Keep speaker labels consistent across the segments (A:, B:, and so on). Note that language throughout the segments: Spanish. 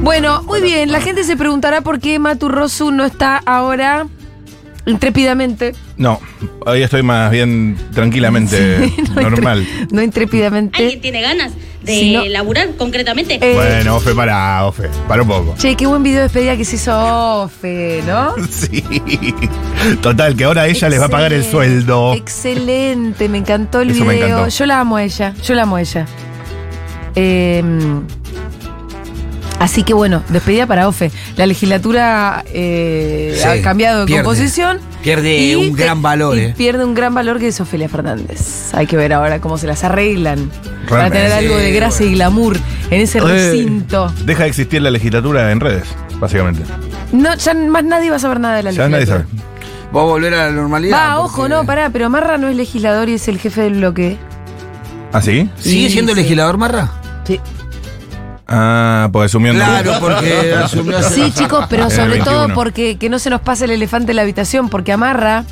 A: Bueno, muy bien, la gente se preguntará por qué Maturrosu no está ahora intrépidamente.
B: No, hoy estoy más bien tranquilamente
A: no
B: Eh, normal.
A: intre- no intrépidamente.
C: ¿Alguien tiene ganas de
A: Si no-
C: laburar concretamente?
A: Eh,
B: Bueno, Ofe, para, Ofe, para un poco.
A: Che, qué buen video de despedida que se hizo Ofe, ¿no?
B: Sí. Total, que ahora ella les va a pagar el
A: Excelente,
B: sueldo.
A: Excelente, me encantó el
B: Eso me
A: video.
B: encantó.
A: Yo la amo a ella, yo la amo a ella. Eh, así que bueno, despedida para Ofe. La legislatura eh,
D: Sí,
A: ha cambiado de
D: pierde.
A: composición.
D: Pierde
A: y
D: un
A: te-
D: gran valor,
A: y
D: eh.
A: Pierde un gran valor que es Ofelia Fernández. Hay que ver ahora cómo se las arreglan. Para
B: Realmente.
A: tener algo de
D: Sí,
A: gracia y glamour en ese recinto.
B: Eh, deja de existir la legislatura en redes, básicamente.
A: No, ya más nadie va a saber nada de la
B: Ya nadie
A: legislatura.
B: sabe.
D: ¿Va a volver a la normalidad?
A: Va,
D: Porque-
A: ojo, no, pará, pero Marra no es legislador y es el jefe del bloque.
B: ¿Ah, sí?
D: ¿Sigue
A: Sí,
D: siendo
A: sí.
D: legislador Marra?
A: Sí,
B: Ah, pues asumiendo.
D: Claro, porque asumió hace-
A: Sí, chicos,
B: En
A: pero
B: el
A: sobre todo
B: 21.
A: porque que no se nos pase el elefante en la habitación, porque a Marra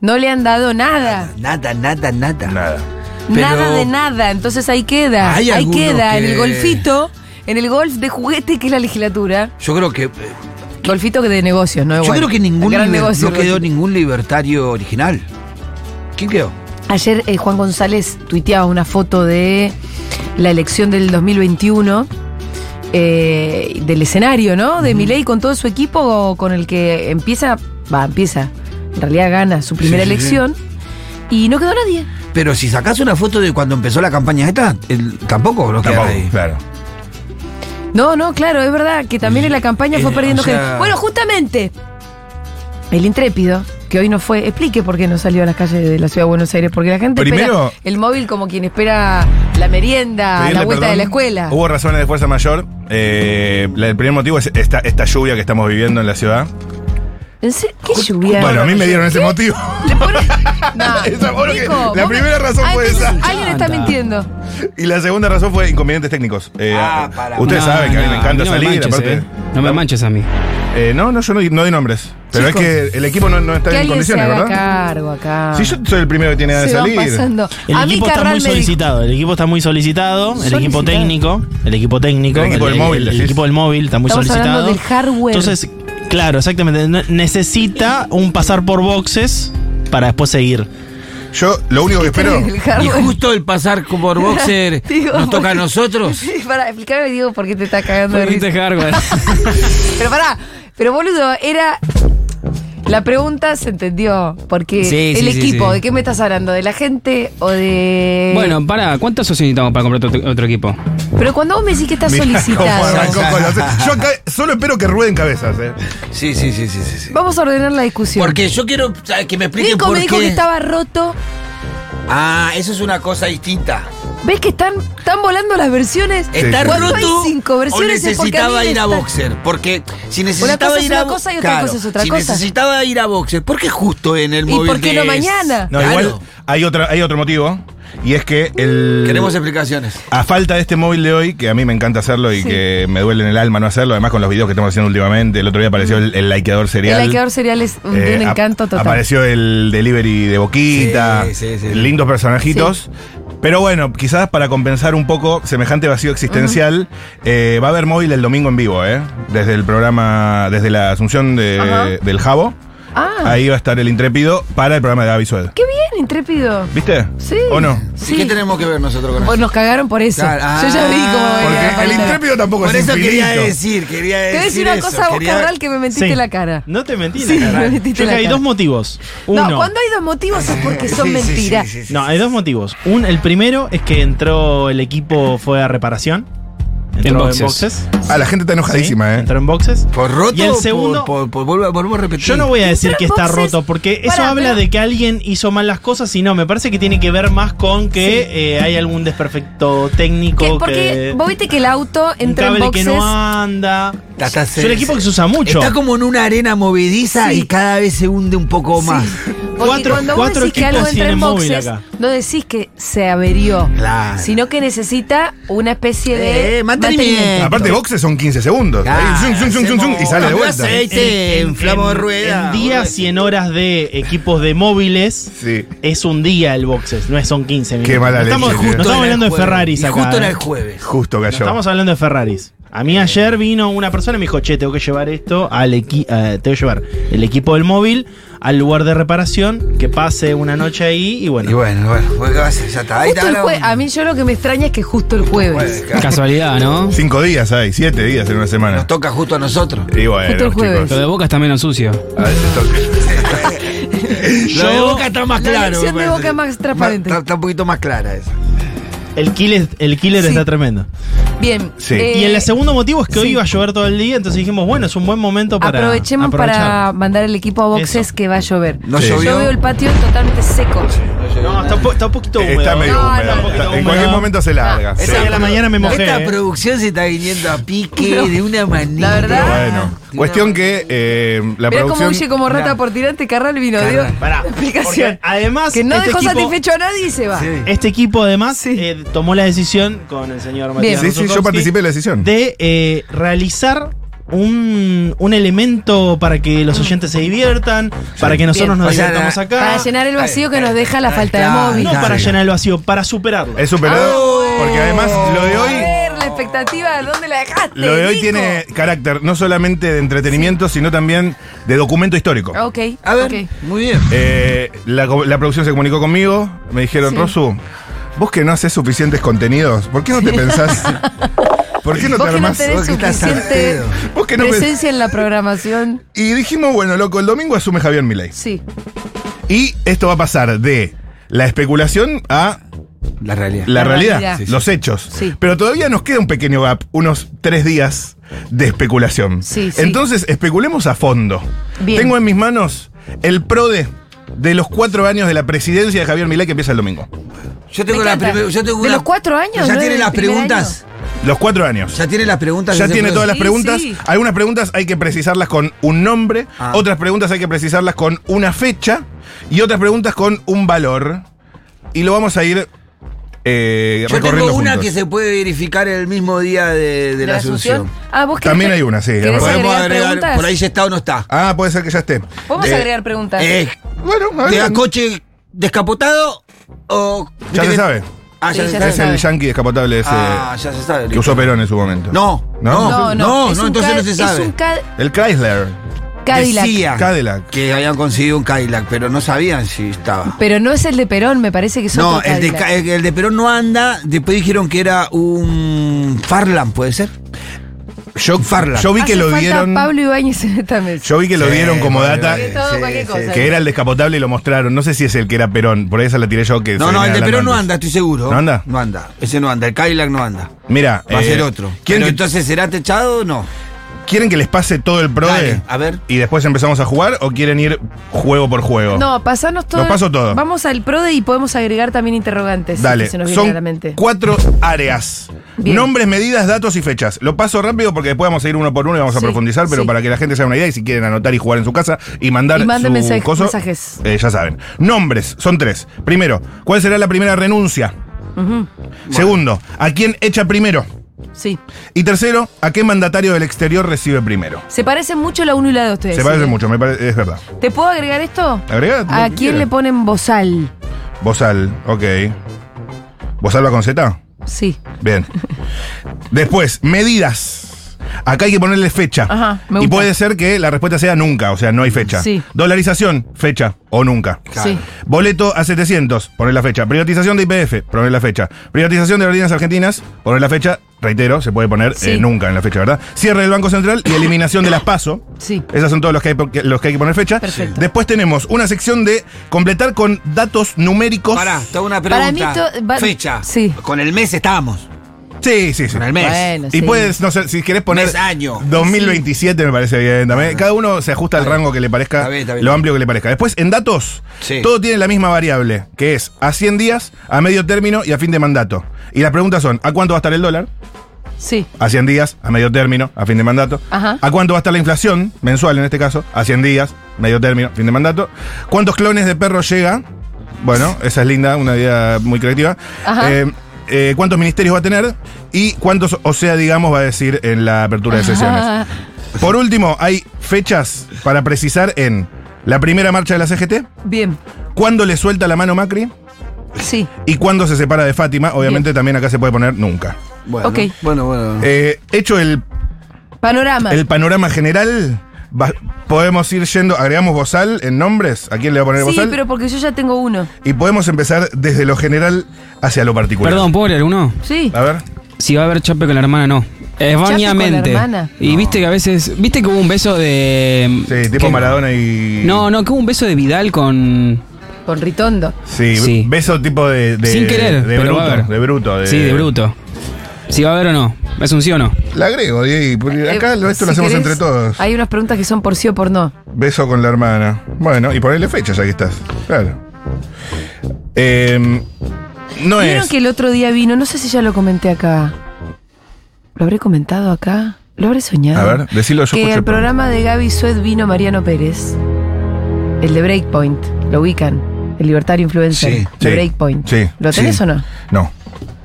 A: no le han dado nada.
D: Nada, nada, nada.
B: Nada.
D: Pero-
A: Nada de nada. Entonces ahí queda.
D: Hay
A: ahí
D: alguno
A: queda, en el
D: que-
A: golfito, en el golf de juguete que es la legislatura.
D: Yo creo que. eh,
A: Golfito que de negocios, ¿no?
D: Yo
A: Igual.
D: creo que ningún
A: Gran
D: liber-
A: negocio,
D: no quedó
A: golfito.
D: ningún libertario original. ¿Quién quedó?
A: Ayer eh, Juan González tuiteaba una foto de la elección del 2021, eh, del escenario, ¿no? De Milei con todo su equipo con el que empieza, va, empieza, en realidad gana su primera
D: Sí, sí, sí.
A: elección y no quedó nadie.
D: Pero si sacás una foto de cuando empezó la campaña esta, el- tampoco no queda
B: Tampoco,
D: nadie.
B: claro.
A: No, no, claro, es verdad que también en la campaña
D: Eh,
A: fue perdiendo
D: o sea-
A: gente. Bueno, justamente, el intrépido, que hoy no fue, explique por qué no salió a las calles de la ciudad de Buenos Aires, porque la gente
B: Primero-
A: espera el móvil como quien espera la merienda,
B: Pedirle
A: Ah, la vuelta
B: perdón.
A: de la escuela.
B: Hubo razones de fuerza mayor. Eh, la- el primer motivo es esta, esta lluvia que estamos viviendo en la ciudad.
A: ¿En serio? ¿Qué lluvia?
B: Bueno, a mí me dieron ese motivo.
A: Le pone- No,
B: Esa fue lo que-
A: Nico,
B: la
A: vos me-
B: primera razón
A: Ah,
B: fue
A: entonces
B: esa.
A: Alguien está mintiendo.
B: Y la segunda razón fue inconvenientes técnicos. Eh,
D: Ah, para-
B: ustedes
E: No,
B: saben que a mí
E: no,
B: me encanta
E: no
B: salir.
E: manches,
B: aparte,
E: eh. No me manches a mí.
B: Eh, no, no, yo no, di- no di nombres. Pero
A: Chicos.
B: es que el equipo no, no está
A: Que
B: en
A: alguien se
B: condiciones,
A: haga
B: ¿verdad?
A: cargo acá.
B: Si yo soy el primero que tiene ganas
A: se
B: de
A: van
B: salir.
A: pasando.
E: El
A: a mí
E: equipo está muy
A: Carral me dijo,
E: solicitado, el equipo está muy solicitado, el
A: Solicitado.
E: equipo técnico, el equipo técnico,
B: El equipo del móvil,
E: el
B: decís.
E: equipo del móvil está muy
A: Estamos hablando
E: solicitado.
A: del hardware.
E: Entonces, claro, exactamente, ne- necesita un pasar por boxes para después seguir.
B: Yo lo único que espero.
A: Este el
D: Y
A: Harvard.
D: justo el pasar por boxer
A: Digo,
D: nos toca a
A: bueno.
D: nosotros.
A: Sí, pará, explícame, Diego, por qué te está cagando de risa. Pero pará, pero boludo, era. La pregunta se entendió. Porque
D: Sí,
A: el
D: sí, sí,
A: equipo,
D: sí.
A: ¿de qué me estás hablando? ¿De la gente o de.?
E: Bueno, para, ¿cuántas socios necesitamos para comprar otro, otro equipo?
A: Pero cuando vos me decís que estás
B: Mirá cómo
A: solicitado.
B: arrancó con los- Yo acá solo espero que rueden cabezas. eh.
D: Sí, sí, sí, sí, sí. sí.
A: Vamos a ordenar la discusión.
D: Este, Porque yo quiero eh, que me expliquen
A: Nico
D: por
A: me dijo
D: qué.
A: que estaba roto.
D: Ah, eso es una cosa distinta.
A: ¿Ves que están, están volando las versiones?
B: Sí,
D: Está
B: sí.
A: Cuando hay
D: roto
A: cinco
D: o
A: versiones es porque a mí
D: necesitaba
A: me
D: ir a
A: está-
D: boxer. Porque si necesitaba
A: cosa es
D: ir a
A: una
D: bo-
A: cosa y otra
D: Claro,
A: cosa es otra
D: si
A: cosa.
D: necesitaba ir a boxer, ¿por qué justo en el
A: ¿Y
D: móvil
A: por qué
D: de
A: no
D: es?
A: mañana?
B: No,
D: Claro.
B: igual hay, otra, hay otro motivo. Y es que el.
D: Queremos explicaciones.
B: A falta de este móvil de hoy, que a mí me encanta hacerlo y
A: Sí.
B: que me duele en el alma no hacerlo, además con los videos que estamos haciendo últimamente, el otro día apareció el, el likeador serial.
A: El likeador cereal es un, de
B: Eh,
A: un
B: ap-
A: encanto total.
B: Apareció el delivery de Boquita,
D: Sí, sí, sí.
B: lindos personajitos. Pero bueno, quizás para compensar un poco semejante vacío existencial, eh, va a haber móvil el domingo en vivo, ¿eh? Desde el programa, desde la asunción de-
A: Ajá.
B: del Jabo.
A: Ah,
B: Ahí va a estar el intrépido para el programa de Gaby Sued.
A: qué bien, intrépido.
B: ¿Viste?
A: Sí.
B: ¿O no?
A: Sí.
D: ¿Qué tenemos que ver nosotros con eso?
A: Pues nos cagaron por eso.
D: Claro, ah.
A: Yo ya vi cómo venía
B: Porque
A: la
B: el
A: palabra.
B: intrépido tampoco
D: Por
B: es
D: eso
B: infinito.
D: quería decir, quería
A: Te voy
D: decir.
A: a decir una
D: eso,
A: cosa a vos,
D: quería-
A: Carral, que me mentiste
E: Sí.
A: la cara.
E: No te mentí
A: Sí,
E: la cara.
A: me mentiste
E: Yo creo
A: la
E: que hay
A: cara.
E: dos motivos. Uno.
A: No, cuando hay dos motivos es porque son
D: Sí, sí, sí,
A: mentiras.
D: sí, sí,
E: No,
D: sí.
E: hay dos motivos. Un, el primero es que entró el equipo, fue a reparación. Entró en boxes.
B: Ah, la gente está enojadísima,
E: Sí,
B: ¿eh?
E: Entró en boxes.
D: Por roto,
E: Y el
D: o por-
E: segundo-
D: por, por- vuelvo- volvemos a repetir.
E: Yo no voy a decir
A: Entró
E: que
A: en
E: está
A: boxes.
E: roto, porque eso
A: Pará,
E: habla
A: pero-
E: de que alguien hizo mal las cosas, y no, me parece que tiene que ver más con que eh, hay algún desperfecto técnico
A: Que- porque
E: que...
A: vos viste que el auto
E: un
A: entra en
E: cable que
A: boxes.
E: no anda.
D: Está- está-
E: es un equipo que se usa mucho.
D: Está como en una arena movediza
A: Sí.
D: y cada vez se hunde un poco más.
A: Porque
E: Cuatro-
A: cuando vos
E: cuatro
A: decís que
E: equipos
A: algo entra en
E: tienen móvil
A: boxes,
E: acá.
A: no decís que se averió,
D: Claro.
A: sino que necesita una especie de
D: Eh, mantenimiento.
B: Aparte, boxes son 15 segundos. Ahí, zum, zum, zum, zum, zum, y sale de vuelta.
D: Aceite, inflamos rueda.
E: En días y en horas de equipos de móviles.
B: Sí.
E: Es un día el boxes, no es- son 15 minutos.
B: Qué mala
E: No estamos,
B: leche,
E: no
B: tío.
E: estamos
D: era el
E: hablando de
D: jueves.
E: Ferraris
D: Y
E: acá.
D: Justo
E: eh.
D: era el jueves.
B: Justo
E: No
B: cayó.
E: estamos hablando de Ferraris. A
B: Eh.
E: mí ayer vino una persona y me dijo, che, tengo que llevar esto al equipo, tengo que llevar el equipo del móvil al lugar de reparación, que pase una noche ahí y bueno.
D: Y bueno, bueno, bueno, ¿qué vas a hacer? Ya está. Ahí
A: Justo
D: está.
A: el
D: la-
A: jue- a mí yo lo que me extraña es que justo el jueves.
D: Bueno,
F: Casualidad, ¿no?
B: Cinco días hay, siete días en una semana.
D: Nos toca justo a nosotros.
B: Y bueno,
A: Justo el jueves.
F: Lo de Boca está menos sucio.
B: A ver, te toca.
D: Lo de Boca está más
A: La
D: claro.
A: elección
D: me
A: de Boca
D: parece.
A: es más transparente.
D: Está, está un poquito más clara esa.
E: El killer, el killer
A: Sí.
E: está tremendo.
A: Bien.
B: Sí.
E: y el
A: eh,
E: segundo motivo es que hoy
A: sí.
E: iba a llover todo el día, entonces dijimos, bueno, es un buen momento para.
A: Aprovechemos para
E: aprovechar.
A: mandar el equipo a boxes
E: Eso.
A: que va a llover.
D: No
B: Sí.
A: Yo
D: llovió.
A: veo el patio totalmente seco.
E: No, está un, po- está un poquito húmedo.
B: Está medio
A: No, no,
B: húmeda.
A: no.
B: Está-
E: Está un
B: En
E: poquito
B: cualquier
E: húmeda.
B: momento se larga.
E: Esa
B: sí.
E: de la mañana me mojé.
D: Esta
E: eh.
D: producción se está viniendo a pique
A: No.
D: de una manera.
A: La verdad.
B: Bueno,
D: De
B: cuestión
D: una-
B: que eh, la
A: Mirá cómo
B: producción.
A: huye como rata
D: Claro.
A: por tirante Carral vino,
D: Carral.
A: dio
E: Pará,
A: explicación.
E: porque además,
A: que no
E: este
A: dejó
E: equipo-
A: satisfecho a nadie y se va.
D: Sí.
E: Este equipo además
A: Sí.
E: eh, tomó la decisión con el señor Matías
B: Sí, sí, yo
E: Rozukowski
B: participé de la decisión.
E: de eh, realizar un, un elemento para que los oyentes se diviertan, para que nosotros
A: Bien.
E: nos
D: O sea,
E: diviertamos
D: la-
E: acá.
A: Para llenar el vacío que nos deja la falta de
D: Claro.
A: móvil.
E: no
D: Claro.
E: para llenar el vacío, para superarlo.
B: Es superado.
A: Ah,
B: porque además lo de
A: A
B: hoy.
A: ver, la expectativa, ¿dónde la dejaste?
B: Lo de hoy
A: Nico?
B: tiene carácter no solamente de entretenimiento, sino también de documento histórico.
A: Ok.
D: A ver,
A: ok.
D: muy bien.
B: Eh, la, co- la producción se comunicó conmigo, me dijeron,
A: Sí.
B: Rosu, vos que no haces suficientes contenidos, ¿por qué no te pensás? ¿Por qué no te
A: Vos que no
B: armás?
A: tenés
D: Vos que estás
A: suficiente
D: al
B: Vos que no pens-
A: presencia en la programación.
B: Y dijimos, bueno, loco, el domingo asume Javier Milei.
A: Sí.
B: Y esto va a pasar de la especulación a
D: La realidad.
A: La
B: la, realidad,
A: realidad. Sí, sí.
B: los hechos.
A: Sí.
B: Pero todavía nos queda un pequeño gap, unos tres días de especulación.
A: Sí, sí.
B: Entonces, especulemos a fondo.
A: Bien.
B: Tengo en mis manos el PRODE de los cuatro años de la presidencia de Javier Milei que empieza el domingo.
D: Yo tengo
A: Me
D: la
A: encanta.
D: primera. Yo tengo
A: ¿De
D: una-
A: los cuatro años,
D: Ya
A: no
D: tiene
A: del
D: las
A: primer
D: preguntas.
B: Los cuatro años.
D: Ya tiene las preguntas.
B: Ya
D: de
B: tiene
D: ese
B: todas las
A: Sí,
B: preguntas.
A: sí.
B: Algunas preguntas hay que precisarlas con un nombre,
D: Ah.
B: otras preguntas hay que precisarlas con una fecha y otras preguntas con un valor. Y lo vamos a ir eh,
D: Yo
B: recorriendo
D: tengo una
B: juntos.
D: que se puede verificar el mismo día de, de la asunción.
A: Ah, vos querés-
B: También hay una, sí,
A: ¿Querés
B: ¿verdad?
A: agregar, preguntas?
D: por ahí ya está o no está.
B: Ah, puede ser que ya esté.
A: Vamos
B: Eh,
A: a agregar preguntas.
D: Eh,
B: Bueno, a
D: ¿Te
B: ver.
D: da coche descapotado o.?
B: Ya se
D: que-
B: sabe.
D: Ah,
A: Sí,
D: ya,
A: ya
D: se
A: se
D: sabe.
B: Es el yankee descapotable ese
D: Ah, ya se sabe.
B: que usó Perón en su momento.
D: No,
B: ¿No?
A: No, no,
D: No,
A: es
D: no,
A: un
D: entonces
A: Cad-
D: no se sabe.
A: Es un Cad-
B: El Chrysler.
A: Cadillac.
D: Decía
B: Cadillac.
D: que habían conseguido un Cadillac, pero no sabían si estaba.
A: Pero no es el de Perón, me parece que es
D: No,
A: otro
D: el de,
A: Cadillac.
D: Ca- el de Perón no anda. Después dijeron que era un Farland, ¿puede ser?
B: Yo,
D: Farla.
B: yo vi que
A: Hace
B: lo
A: falta
B: dieron.
A: Pablo Ibáñez en esta mesa.
B: Yo vi que lo
D: Sí,
B: dieron como
D: Pablo
B: data.
D: Ibáñez.
A: Todo,
D: sí,
A: cualquier
D: sí,
A: cosa.
B: Que era el descapotable y lo mostraron. No sé si es el que era Perón. Por ahí esa la tiré yo que.
D: No,
B: se
D: no,
B: venía
D: el de
B: hablando
D: Perón no
B: antes.
D: anda, estoy seguro.
B: ¿No anda?
D: No anda. Ese no anda, el Cadillac no anda.
B: Mira.
D: Va a
B: eh,
D: ser otro.
B: ¿quieren
D: Pero
B: que,
D: entonces será techado o no?
B: ¿Quieren que les pase todo el pro
D: Dale, a ver.
B: y después empezamos a jugar o quieren ir juego por juego?
A: No, pasanos todo.
B: Lo paso todo.
A: Vamos al PRODE y podemos agregar también interrogantes.
B: Dale,
A: que se nos viene a la
B: son
A: mente.
B: cuatro áreas.
A: Bien.
B: Nombres, medidas, datos y fechas. Lo paso rápido porque después vamos a ir uno por uno y vamos a
A: Sí,
B: profundizar, pero
A: sí.
B: para que la gente se haga una idea y si quieren anotar y jugar en su casa y mandar
A: Y manden
B: su
A: mensaje-
B: coso,
A: mensajes.
B: eh, ya saben. Nombres, son tres. Primero, ¿cuál será la primera renuncia? Segundo, ¿a quién echa primero?
A: Sí.
B: Y tercero, ¿a qué mandatario del exterior recibe primero?
A: Se parecen mucho la 1 y la 2,
B: Se parece mucho, me parece, es verdad.
A: ¿Te puedo agregar esto?
B: Agregá lo
A: ¿A
B: que
A: quién
B: quieras.
A: le ponen bozal?
B: Bozal, ok. ¿Bozal va con Z?
A: Sí.
B: Bien. Después, medidas. Acá hay que ponerle fecha.
A: Ajá, me
B: y
A: gusta.
B: puede ser que la respuesta sea nunca, o sea, no hay fecha.
A: Sí.
B: Dolarización, fecha o nunca.
D: Claro.
A: Sí.
B: Boleto a 700, poner la fecha. Privatización de IPF, poner la fecha. Privatización de aerolíneas argentinas, poner la fecha. Reitero, se puede poner
A: Sí.
B: eh, nunca en la fecha, ¿verdad? Cierre del Banco Central y eliminación de las PASO.
A: Sí.
B: Esas son todos los que hay, por- que- los que, hay que poner fecha.
A: Perfecto.
B: Después tenemos una sección de completar con datos numéricos.
D: Pará, tengo una
A: Para mí
D: pregunta.
A: to- va-
D: Fecha.
A: Sí.
D: Con el mes estábamos.
B: Sí, sí, sí.
D: Con el mes.
A: Bueno,
B: Y
A: sí.
B: puedes, no sé, si querés poner.
D: Mes, año.
B: 2027 me parece bien también. Cada uno se ajusta al rango que le parezca,
D: Está bien, está bien.
B: lo amplio que le parezca. Después, en datos,
D: Sí.
B: todo tiene la misma variable, que es a 100 días, a medio término y a fin de mandato. Y las preguntas son: ¿a cuánto va a estar el dólar?
A: Sí.
B: A 100 días, a medio término, a fin de mandato.
A: Ajá.
B: ¿A cuánto va a estar la inflación mensual en este caso? A 100 días, medio término, fin de mandato. ¿Cuántos clones de perro llega? Bueno, esa es linda, una idea muy creativa.
A: Ajá.
B: Eh, eh, ¿Cuántos ministerios va a tener? ¿Y cuántos, o sea, digamos, va a decir en la apertura de sesiones?
A: Ah,
B: Por último, hay fechas para precisar en la primera marcha de la CGT,
A: bien.
B: cuándo le suelta la mano Macri
A: Sí.
B: y cuándo se separa de Fátima. Obviamente también acá se puede poner nunca.
D: Bueno,
A: Ok.
D: bueno, bueno.
B: Eh, hecho el,
A: Panorama.
B: el panorama general, va- podemos ir yendo, agregamos bozal en nombres, ¿a quién le va a poner
A: sí,
B: bozal?
A: pero porque yo ya tengo uno.
B: Y podemos empezar desde lo general hacia lo particular.
F: Perdón, ¿puedo leer uno?
A: Sí.
B: A ver.
F: Si va a haber chape con la hermana, no. Esbañamente.
A: hermana?
F: Y viste que a veces. ¿Viste que hubo un beso de.
B: Sí, tipo
F: que-
B: Maradona y.
F: No, no, que hubo un beso de Vidal con.
A: Con Ritondo.
B: Sí,
F: Sí.
B: beso tipo de. de-
F: sin querer.
B: De
F: pero va a
B: bruto.
F: haber.
B: De bruto.
F: Sí, de bruto. Si va a haber o no. ¿Es un sí o no?
B: La agrego, Diego. porque Acá
A: Eh,
B: lo- esto lo
A: si
B: hacemos
A: querés,
B: entre todos.
A: Hay unas preguntas que son por sí o por no.
B: Beso con la hermana. Bueno, y ponerle fecha ya que estás. Claro. Eh, no
A: ¿Vieron
B: es.
A: que el otro día vino? No sé si ya lo comenté acá. ¿Lo habré comentado acá? ¿Lo habré soñado?
B: A ver, decilo yo
A: Que
B: escuché,
A: al
B: pero-
A: programa de Gaby Sued vino Mariano Pérez. El de Breakpoint. Lo ubican. El libertario influencer.
D: Sí,
A: de
B: sí,
A: Breakpoint.
B: sí,
A: ¿Lo tenés
B: sí.
A: o no?
B: No.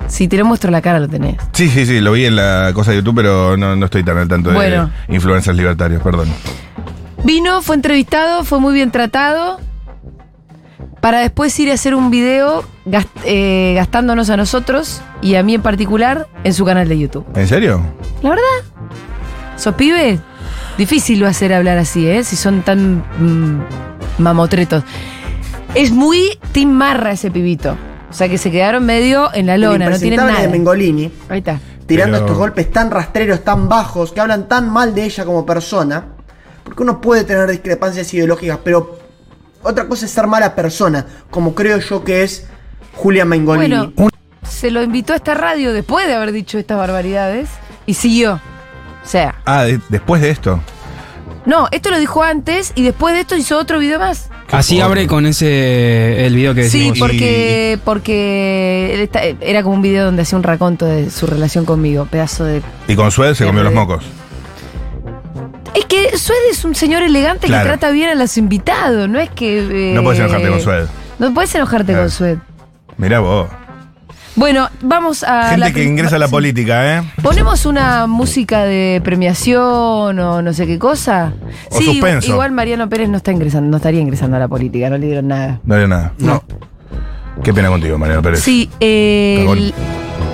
A: Si te lo muestro la cara, lo tenés.
B: Sí, sí, sí, lo vi en la cosa de YouTube, pero no, no estoy tan al tanto
A: Bueno.
B: de influencers libertarios, perdón.
A: Vino, fue entrevistado, fue muy bien tratado. Para después ir a hacer un video gast- eh, gastándonos a nosotros y a mí en particular en su canal de YouTube.
B: ¿En serio?
A: La verdad, sos pibe, difícil lo hacer hablar así, ¿eh? Si son tan mm, mamotretos. Es muy Tim Marra ese pibito. O sea que se quedaron medio en la lona,
G: El
A: no tienen
G: impresentable
A: nada.
G: de Mengolini,
A: Ahí está.
G: tirando
B: Pero-
G: estos golpes tan rastreros, tan bajos, que hablan tan mal de ella como persona, porque uno puede tener discrepancias ideológicas, pero otra cosa es ser mala persona, como creo yo que es Julia Mengolini.
A: Bueno, se lo invitó a esta radio después de haber dicho estas barbaridades y siguió. O sea,
B: Ah, de- después de esto.
A: no, esto lo dijo antes y después de esto hizo otro video más.
F: Así
B: joder.
F: abre con ese. El video que
A: Sí,
F: decimos.
A: porque, porque él está- era como un video donde hacía un raconto de su relación conmigo, pedazo de
B: Y con Suez se
A: Ya
B: comió los
A: perdí.
B: mocos.
A: Es que Sued es un señor elegante
B: Claro.
A: que trata bien a los invitados, no es que... eh,
B: No puedes enojarte con Sued.
A: No puedes enojarte
B: Claro.
A: con Sued.
B: Mirá vos.
A: Bueno, vamos a...
B: Gente
A: Ah, la
B: que
A: prim-
B: ingresa a la
A: sí.
B: política, ¿eh?
A: Ponemos una música de premiación o no sé qué cosa.
B: O
A: sí,
B: suspenso.
A: igual Mariano Pérez no está ingresando, no estaría ingresando a la política, no le dieron nada.
B: No hay nada.
D: No.
B: Qué pena contigo, Mariano Pérez.
A: Sí, eh,
B: Cagón.
A: el-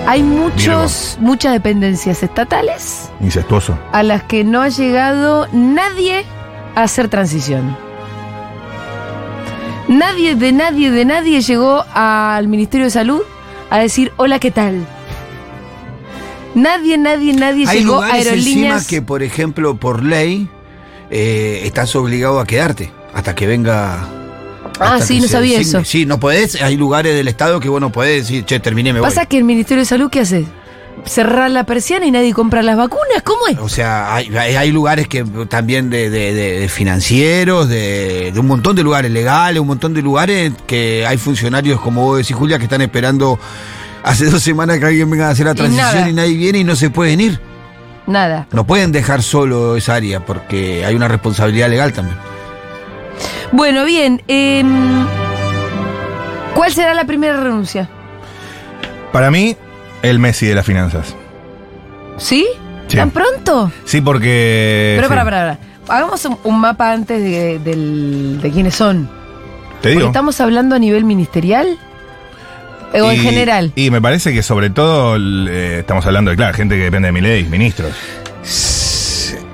A: hay muchos, muchas dependencias estatales
B: Incestuoso.
A: a las que no ha llegado nadie a hacer transición. Nadie de nadie de nadie llegó al Ministerio de Salud a decir hola, ¿qué tal? Nadie, nadie, nadie
D: Hay
A: llegó a
D: lugares encima
A: aerolíneas.
D: que, por ejemplo, por ley, eh, estás obligado a quedarte hasta que venga.
A: Ah,
D: hasta
A: sí,
D: que
A: no
D: se
A: sabía
D: designe.
A: eso.
D: Sí, no podés. Hay lugares del Estado que vos no podés decir, che, terminé, me voy.
A: Pasa que el Ministerio de Salud, ¿qué hace? Cerrar la persiana y nadie compra las vacunas, ¿cómo es?
D: O sea, hay, hay- hay lugares que también de, de- de- de financieros, de, de un montón de lugares legales, un montón de lugares que hay funcionarios, como vos decís, Julia, que están esperando hace dos semanas que alguien venga a hacer la
A: Y
D: transición
A: nada.
D: y, nadie viene y no se pueden ir.
A: Nada.
D: No pueden dejar solo esa área porque hay una responsabilidad legal también.
A: Bueno, bien. em, ¿Cuál será la primera renuncia?
B: Para mí, el Messi de las finanzas.
A: ¿Sí?
B: Sí.
A: ¿Tan pronto?
B: Sí, porque.
A: Pero
B: sí.
A: para, para, para. Hagamos un, un mapa antes de, del- de quiénes son.
B: Te
A: Porque
B: digo.
A: estamos hablando a nivel ministerial eh, o en
B: Y-
A: general.
B: Y me parece que sobre todo eh, estamos hablando de, claro, gente que depende de mi ley, ministros.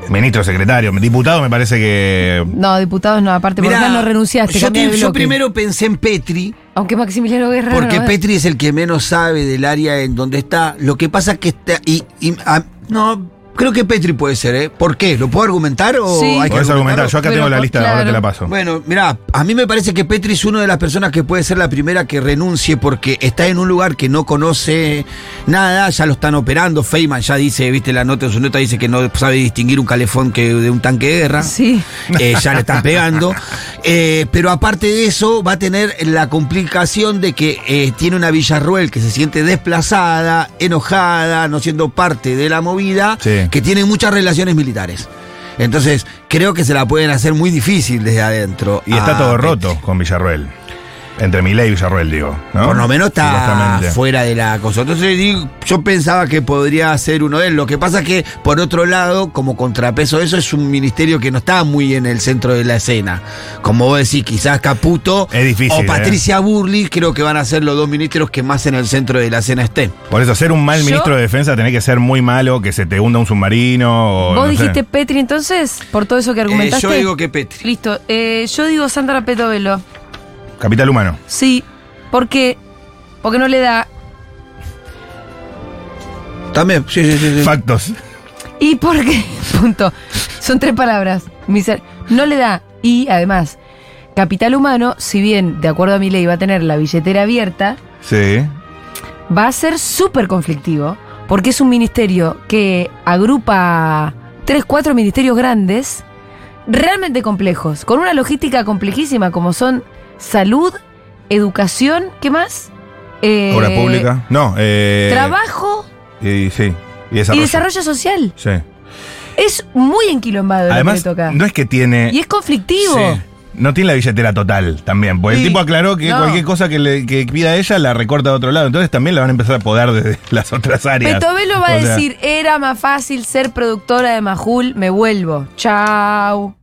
B: Ministros, secretarios, diputados, me parece que.
A: No, diputados no, aparte, porque
D: Mirá,
A: acá no renunciaste.
D: yo,
A: cambié de
D: te- yo
A: bloque.
D: primero pensé en Petri,
A: Aunque Maximiliano Guerra.
D: porque
A: no, eh.
D: Petri es el que menos sabe del área en donde está. Lo que pasa que está. Y, y- ah, no, creo que Petri puede ser, ¿eh? ¿Por qué? ¿Lo puedo argumentar o
A: Sí.
D: hay que
B: Podés argumentar.
D: argumentarlo?
B: Yo acá
A: Pero
B: tengo la
A: por-
B: lista, ahora
A: claro.
B: te la paso.
D: Bueno, mirá, a mí me parece que Petri es una de las personas que puede ser la primera que renuncie porque está en un lugar que no conoce nada, ya lo están operando. Feyman ya dice, viste la nota en su nota, dice que no sabe distinguir un calefón que, de un tanque de guerra.
A: Sí.
D: Eh, ya le están pegando. Eh, pero aparte de eso, va a tener la complicación de que eh, tiene una Villarruel que se siente desplazada, enojada, no siendo parte de la movida,
B: Sí.
D: que tiene muchas relaciones militares. Entonces, creo que se la pueden hacer muy difícil desde adentro. Ah, eh,
B: y está
D: a
B: todo
D: Petri.
B: roto con Villarruel. Entre Milei y Villarroel, digo. ¿no?
D: Por lo menos está
B: Supuestamente.
D: fuera de la cosa. Entonces digo, yo pensaba que podría ser uno de él. Lo que pasa que, por otro lado, como contrapeso, a eso es un ministerio que no está muy en el centro de la escena. Como vos decís, quizás Caputo
B: Es difícil, ¿eh?
D: o Patricia Burli, creo que van a ser los dos ministros que más en el centro de la escena estén. Eh,
B: Por eso, ser un mal
A: Yo-
B: ministro de defensa tenés que ser muy malo, que se te hunda un submarino. O,
A: ¿Vos
B: Oh, no sé.
A: dijiste Petri entonces? Por todo eso que
D: Eh,
A: argumentaste.
D: yo digo que Petri.
A: Listo. Eh, yo digo Sandra Petovelo.
B: Capital humano.
A: Sí. ¿Por qué? Porque no le da.
D: También, sí, sí, sí, sí.
B: Factos.
A: ¿Y por qué? Punto. Son tres palabras. Miser- No le da. Y además, capital humano, si bien de acuerdo a mi ley va a tener la billetera abierta,
B: Sí.
A: Eh, va a ser súper conflictivo, porque es un ministerio que agrupa tres, cuatro ministerios grandes, realmente complejos, con una logística complejísima como son salud, educación, ¿qué más? Eh,
B: Obra pública. No. Eh,
A: Trabajo
B: Y sí. Y
A: y
B: desarrollo.
A: desarrollo social.
B: Sí.
A: Es muy enquilombado
B: Además,
A: lo que le toca.
B: no es que tiene.
A: y es conflictivo.
B: Eh, Sí. No tiene la billetera total también, porque
A: Sí.
B: el tipo aclaró que
A: No.
B: cualquier cosa que, le, que pida ella la recorta de otro lado, entonces también la van a empezar a podar desde las otras áreas.
A: Petovelo va a
B: O sea,
A: decir, era más fácil ser productora de Majul, me vuelvo. Chau.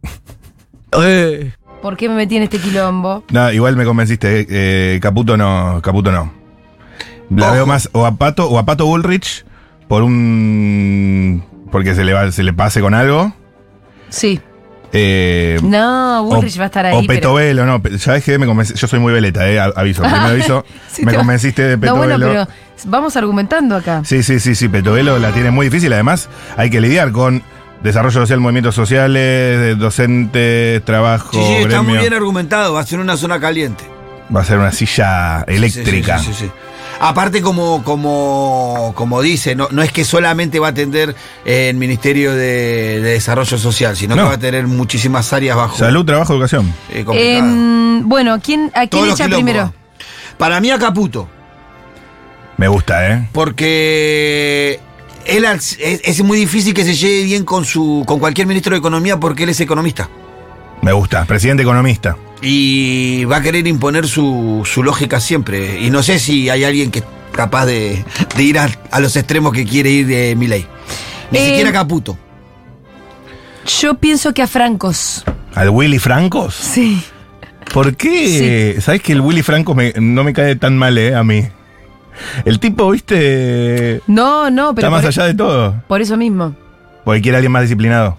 B: Eh.
A: ¿Por qué me metí en este quilombo?
B: No, igual me convenciste, eh, eh, Caputo no, Caputo no. La
D: Ojo.
B: veo más o a Pato o a Pato Bullrich por un porque se le va, se le pase con algo.
A: Sí.
B: Eh,
A: No, Bullrich
B: o-
A: va a estar ahí.
B: O
A: pero-
B: Petovelo, no, pe- ya ves que me convenci- yo soy muy veleta, eh, a- aviso, primero aviso,
A: Sí,
B: me
A: te va-
B: convenciste de
A: No,
B: Petovelo.
A: bueno, pero vamos argumentando acá.
B: Sí, sí, sí, sí, Petovelo la tiene muy difícil. Además, hay que lidiar con desarrollo social, movimientos sociales, eh, docentes, trabajo,
D: Sí, sí, está muy
B: gremio.
D: bien argumentado, va a ser una zona caliente.
B: Va a ser una silla eléctrica.
D: Sí, sí, sí, sí, sí. Aparte, como, como, como dice, no, no es que solamente va a atender eh, el Ministerio de, de Desarrollo Social, sino
B: No.
D: que va a tener muchísimas áreas bajo.
B: Salud, trabajo, educación.
D: eh, complicado.
A: Em, bueno, ¿a quién, a
D: Todos
A: quién
D: los
A: echa
D: quilombos.
A: primero?
D: Para mí, a Caputo,
B: Me gusta, ¿eh?
D: porque él al- es, es muy difícil que se lleve bien con, su, con cualquier ministro de Economía porque él es economista.
B: Me gusta. Presidente economista.
D: Y va a querer imponer su, su lógica siempre. Y no sé si hay alguien que es capaz de, de ir a, a los extremos que quiere ir de Milei. Ni
A: Eh,
D: siquiera Caputo.
A: Yo pienso que a Francos.
B: ¿Al Willy Francos?
A: Sí.
B: ¿Por qué? ¿Sabes que el Willy Francos me- no me cae tan mal, eh? A mí. El tipo, viste.
A: No, no, pero.
B: está más
A: por,
B: allá de todo.
A: por eso mismo.
B: Porque quiere alguien más disciplinado.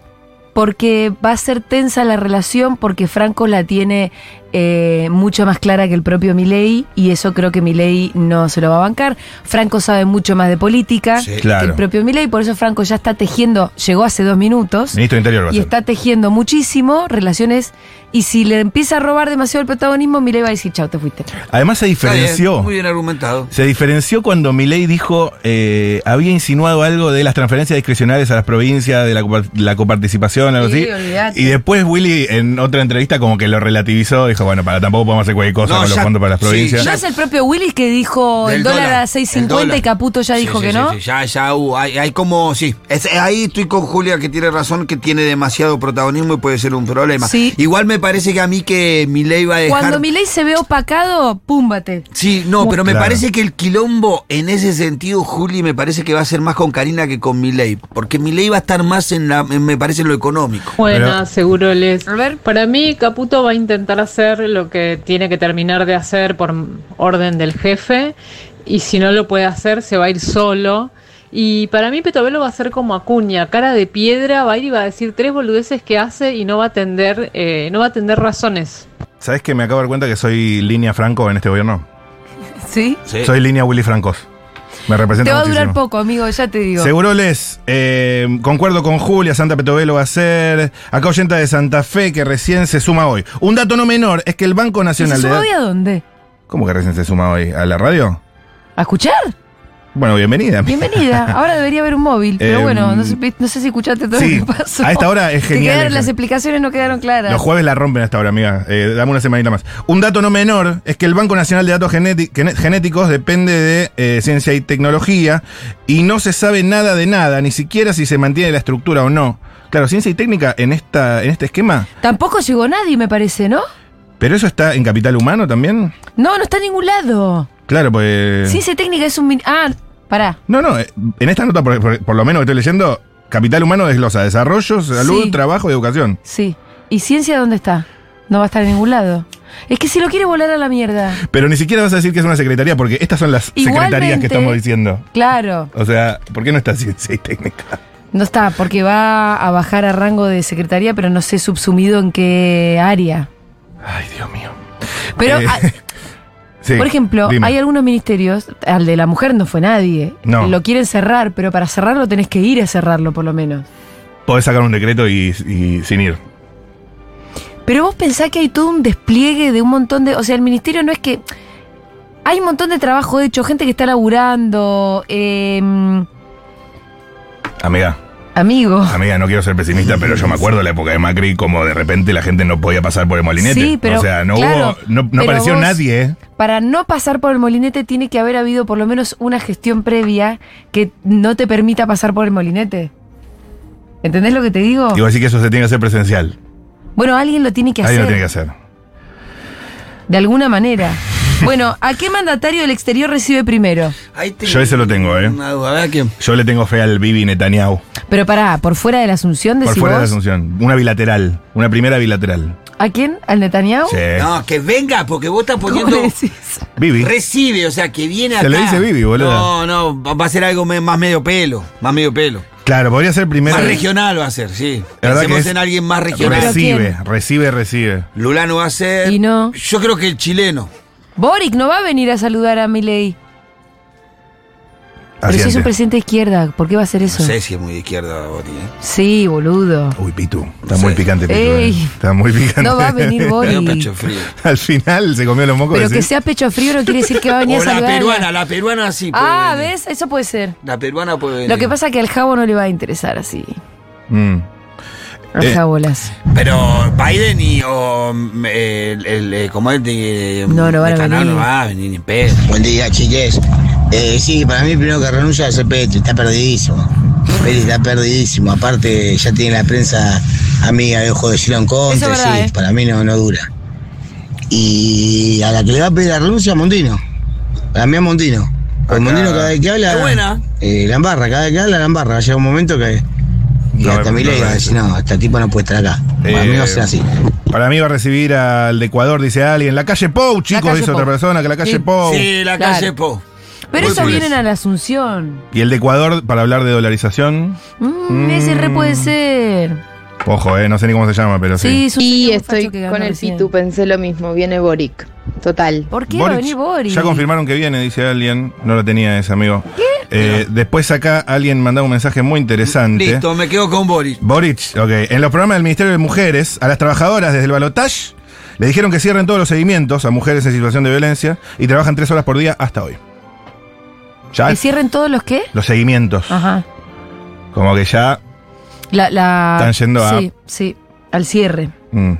A: Porque va a ser tensa la relación porque Francos la tiene eh, mucho más clara que el propio Milei y eso creo que Milei no se lo va a bancar. Franco sabe mucho más de política
D: Sí,
A: que el
B: Claro.
A: propio Milei, por eso Franco ya está tejiendo, llegó hace dos minutos.
B: Ministro de Interior va a
A: y
B: ser.
A: está tejiendo muchísimo relaciones. Y si le empieza a robar demasiado el protagonismo, Milei va a decir, chao, te fuiste.
B: Además, se
D: Está bien,
B: diferenció.
D: muy bien argumentado.
B: Se diferenció cuando Milei dijo, eh, había insinuado algo de las transferencias discrecionales a las provincias, de la, copar- la coparticipación, algo
A: Sí,
B: así.
A: olvidate.
B: Y después Willy, en otra entrevista, como que lo relativizó, dijo, bueno, para tampoco podemos hacer cualquier cosa
D: No,
B: con los
D: ya-
B: fondos para las
D: sí,
B: provincias.
A: ¿No
D: Ya-
A: es el propio Willy que dijo Oh, el
D: Del
A: dólar, a
D: el
A: 6.50
D: dólar.
A: y Caputo ya
D: Sí,
A: dijo
D: sí,
A: que
D: sí,
A: no?
D: sí, ya, ya hubo. Hay, hay como, sí. Es- ahí estoy con Julia que tiene razón, que tiene demasiado protagonismo y puede ser un problema.
A: Sí.
D: Igual me parece que a mí que Milei va a dejar.
A: Cuando Milei se ve opacado, púmbate.
D: Sí, no, pero me
B: Claro.
D: parece que el quilombo en ese sentido, Juli, me parece que va a ser más con Karina que con Milei, porque Milei va a estar más en la, en- me parece en lo económico.
H: Bueno,
B: Pero-
H: seguro les.
A: A ver.
H: Para mí, Caputo va a intentar hacer lo que tiene que terminar de hacer por orden del jefe. Y si no lo puede hacer, se va a ir solo. Y para mí, Petovelo va a ser como Acuña, cara de piedra, va a ir y va a decir tres boludeces que hace y no va a atender, eh, no va a atender razones.
B: ¿Sabes que me acabo de dar cuenta que soy línea Franco en este gobierno?
A: ¿Sí?
B: Soy línea Willy Francos. Me representa
A: Te va a durar
B: muchísimo.
A: poco, amigo, ya te digo.
B: Seguro les, eh, concuerdo con Julia, Santa Petovelo va a ser, acá oyenta de Santa Fe que recién se suma hoy. Un dato no menor es que el
A: ¿Y
B: Banco
A: se
B: Nacional ¿eh? de
A: suma
B: Dat-
A: hoy a dónde?
B: ¿Cómo que recién se suma hoy? ¿A la radio?
A: ¿A escuchar?
B: Bueno, bienvenida.
A: Bienvenida. Ahora debería haber un móvil, pero
B: Eh,
A: bueno, no sé, no sé si escuchaste todo
B: sí,
A: lo que pasó.
B: a esta hora es
A: Te
B: genial,
A: quedaron-
B: es
A: las
B: genial.
A: explicaciones no quedaron claras.
B: Los jueves la rompen hasta ahora, amiga. Eh, dame una semanita más. Un dato no menor es que el Banco Nacional de Datos Genéti- Gene- Genéticos depende de eh, ciencia y tecnología y no se sabe nada de nada, ni siquiera si se mantiene la estructura o no. Claro, ciencia y técnica en, esta, en este esquema
A: Tampoco llegó nadie, me parece, ¿no?
B: ¿Pero eso está en Capital Humano también?
A: No, no está en ningún lado.
B: Claro, pues...
A: Ciencia técnica es un... min- Ah, pará.
B: No, no, eh, en esta nota, por, por- por lo menos que estoy leyendo, Capital Humano desglosa desarrollo, salud,
A: Sí.
B: trabajo y educación.
A: Sí. ¿Y ciencia dónde está? No va a estar en ningún lado. Es que si lo quiere volar a la mierda.
B: Pero ni siquiera vas a decir que es una secretaría, porque estas son las secretarías
A: Igualmente.
B: que estamos diciendo.
A: Claro,
B: O sea, ¿por qué no está ciencia y técnica?
A: no está, porque va a bajar a rango de secretaría, pero no sé subsumido en qué área.
B: Ay, Dios mío.
A: Pero,
B: Eh,
A: ah,
B: Sí,
A: por ejemplo,
B: dime.
A: hay algunos ministerios, al de la mujer no fue nadie.
B: No.
A: Lo quieren cerrar, pero para cerrarlo tenés que ir a cerrarlo, por lo menos.
B: Podés sacar un decreto y, y sin ir.
A: Pero vos pensás que hay todo un despliegue de un montón de. O sea, el ministerio no es que. Hay un montón de trabajo hecho, gente que está laburando. em,
B: Amiga,
A: amigo.
B: amiga, no quiero ser pesimista, pero yo me acuerdo la época de Macri, como de repente la gente no podía pasar por el molinete.
A: Sí, pero,
B: o sea, no
A: claro,
B: hubo, no, no
A: pero
B: apareció
A: vos-
B: nadie, ¿eh?
A: Para no pasar por el molinete tiene que haber habido por lo menos una gestión previa que no te permita pasar por el molinete. ¿Entendés lo que te digo?
B: Digo, así que eso se tiene que hacer presencial.
A: Bueno, alguien lo tiene que
B: Alguien
A: hacer.
B: lo tiene que hacer.
A: De alguna manera. Bueno, ¿a qué mandatario del exterior recibe primero?
D: Ahí tengo
B: Yo ese lo tengo, ¿eh?
D: Una duda, a ver quién.
B: Yo le tengo fe al Bibi Netanyahu.
A: Pero pará, por fuera de la Asunción,
B: Por
A: decís
B: fuera de
A: vos.
B: Asunción. Una bilateral. Una primera bilateral.
A: ¿A quién? ¿Al Netanyahu?
B: Sí.
D: No, que venga, porque vos estás
A: ¿Cómo
D: poniendo.
A: le decís?
B: Bibi.
D: Recibe, o sea, que viene
B: Se
D: acá.
B: le dice Bibi, boluda.
D: No, no, va va a ser algo me- más medio pelo. Más medio pelo.
B: Claro, podría ser primera.
D: Más regional va a ser, sí.
B: La verdad que
D: Pensemos
B: es-
D: en alguien más regional.
A: Pero
B: Recibe,
A: ¿quién?
B: recibe, recibe.
D: Lulano va a ser.
A: Y no.
D: Yo creo que el chileno.
A: Boric no va a venir a saludar a Milei. Pero si es
B: Asiente.
A: un presidente de izquierda, ¿por qué va a hacer eso?
D: No sé si es muy de izquierda, Bori. ¿eh?
A: Sí, boludo.
B: Uy, Pitu. Está
D: Sí.
B: muy picante, Pitu. eh.
A: Ey.
B: Está muy picante.
A: No va a venir
D: Me dio
A: Boric.
D: pecho frío.
B: Al final se comió los mocos.
A: Pero que
B: decís.
A: sea pecho frío no quiere decir que va a venir a
D: O la
A: saludar. a la-
D: peruana, la peruana sí. puede
A: Ah,
D: venir.
A: ¿ves? Eso puede ser.
D: La peruana puede venir.
A: Lo que pasa es que al jabo no le va a interesar así.
B: Mm.
A: Al
B: Eh.
A: jabolas.
D: Pero Biden y o mm, el, el, eh, como es de
A: No, no van a
D: Netanyahu
A: venir.
D: no va a venir ni en pedo.
I: Buen día, chiques. Eh, sí, para mí primero que renuncia es el Petri, está perdidísimo. Petri está perdidísimo. Aparte, ya tiene la prensa amiga de ojo de Giro en contra.
A: Eso es verdad,
I: sí,
A: eh.
I: para mí no, no dura. Y a la que le va a pedir la renuncia, a Mondino. Para mí a Mondino. Porque
B: Acá.
I: Mondino cada vez que habla.
D: Qué buena.
I: eh, la embarra, cada vez que habla, la embarra. Va a llegar un momento que. Y
B: No,
I: hasta
B: no,
I: mi ley
B: no,
I: va a decir, no, este tipo no puede estar acá. Para
B: Eh,
I: mí va a ser así.
B: Para mí va a recibir al de Ecuador, dice alguien. La calle Pou, chicos,
A: calle
B: dice otra
A: Pou.
B: persona, que la calle
A: Sí.
B: Pou.
D: Sí, la
A: Claro.
D: calle Po.
A: Pero
B: Muy
A: eso
B: bien.
A: vienen a la Asunción.
B: Y el de Ecuador, para hablar de dolarización.
A: Mm, Ese re puede ser.
B: Ojo, eh, no sé ni cómo se llama, pero
A: Sí,
B: sí.
A: es un
J: Y
A: señor un
J: estoy
A: facho que ganó
J: con el
A: recién.
J: Pitu, pensé lo mismo, viene Boric. Total.
A: ¿Por qué va a venir Boris?
B: Ya confirmaron que viene, dice alguien. No lo tenía ese amigo. Eh, después acá alguien mandaba un mensaje muy interesante.
D: Listo, me quedo con Boris.
B: Boric, ok. En los programas del Ministerio de Mujeres, a las trabajadoras desde el balotage le dijeron que cierren todos los seguimientos a mujeres en situación de violencia y trabajan tres horas por día hasta hoy. Ya
A: ¿Que cierren todos los qué?
B: los seguimientos.
A: Ajá.
B: Como que ya.
A: La, la-
B: Están yendo a-
A: Sí, sí. Al cierre.
B: mm.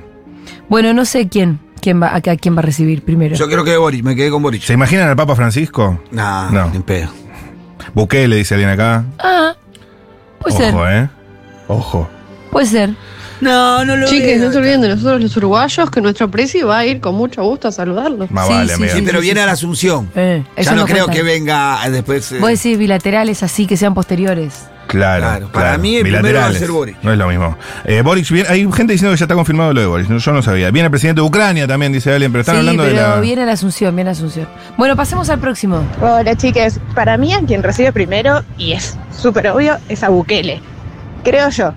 A: Bueno, no sé quién. quién va, a, a quién va a recibir primero.
D: Yo creo que Boris, me quedé con Boris.
B: ¿Se imaginan al Papa Francisco?
D: Nah,
B: No.
D: no, ni en pedo.
B: Bukele, dice alguien acá.
A: Ah, puede ser.
B: Ojo, ¿eh? Ojo.
A: Puede ser.
D: No, no lo
J: Chiques,
D: veo.
J: no se olviden de nosotros los uruguayos, que nuestro presi va a ir con mucho gusto a saludarlos.
B: Más
A: Sí,
B: vale,
A: sí,
B: amiga.
D: Sí, pero viene a la Asunción.
A: Eh, eso
D: ya no,
A: no
D: creo
A: cuenta.
D: que venga eh, después. eh,
A: Vos decís bilaterales así que sean posteriores.
B: Claro,
D: Claro, para mí el primero
B: Bilaterales.
D: va a ser Boric.
B: No es lo mismo. Eh, Boric, bien- hay gente diciendo que ya está confirmado lo de Boric. No, Yo no sabía. Viene el presidente de Ucrania también, dice alguien, pero están
A: sí,
B: hablando
A: pero
B: de la.
A: viene la Asunción, viene la Asunción. Bueno, pasemos al próximo.
K: Hola chicas, para mí a quien recibe primero, y es súper obvio, es a Bukele. Creo yo.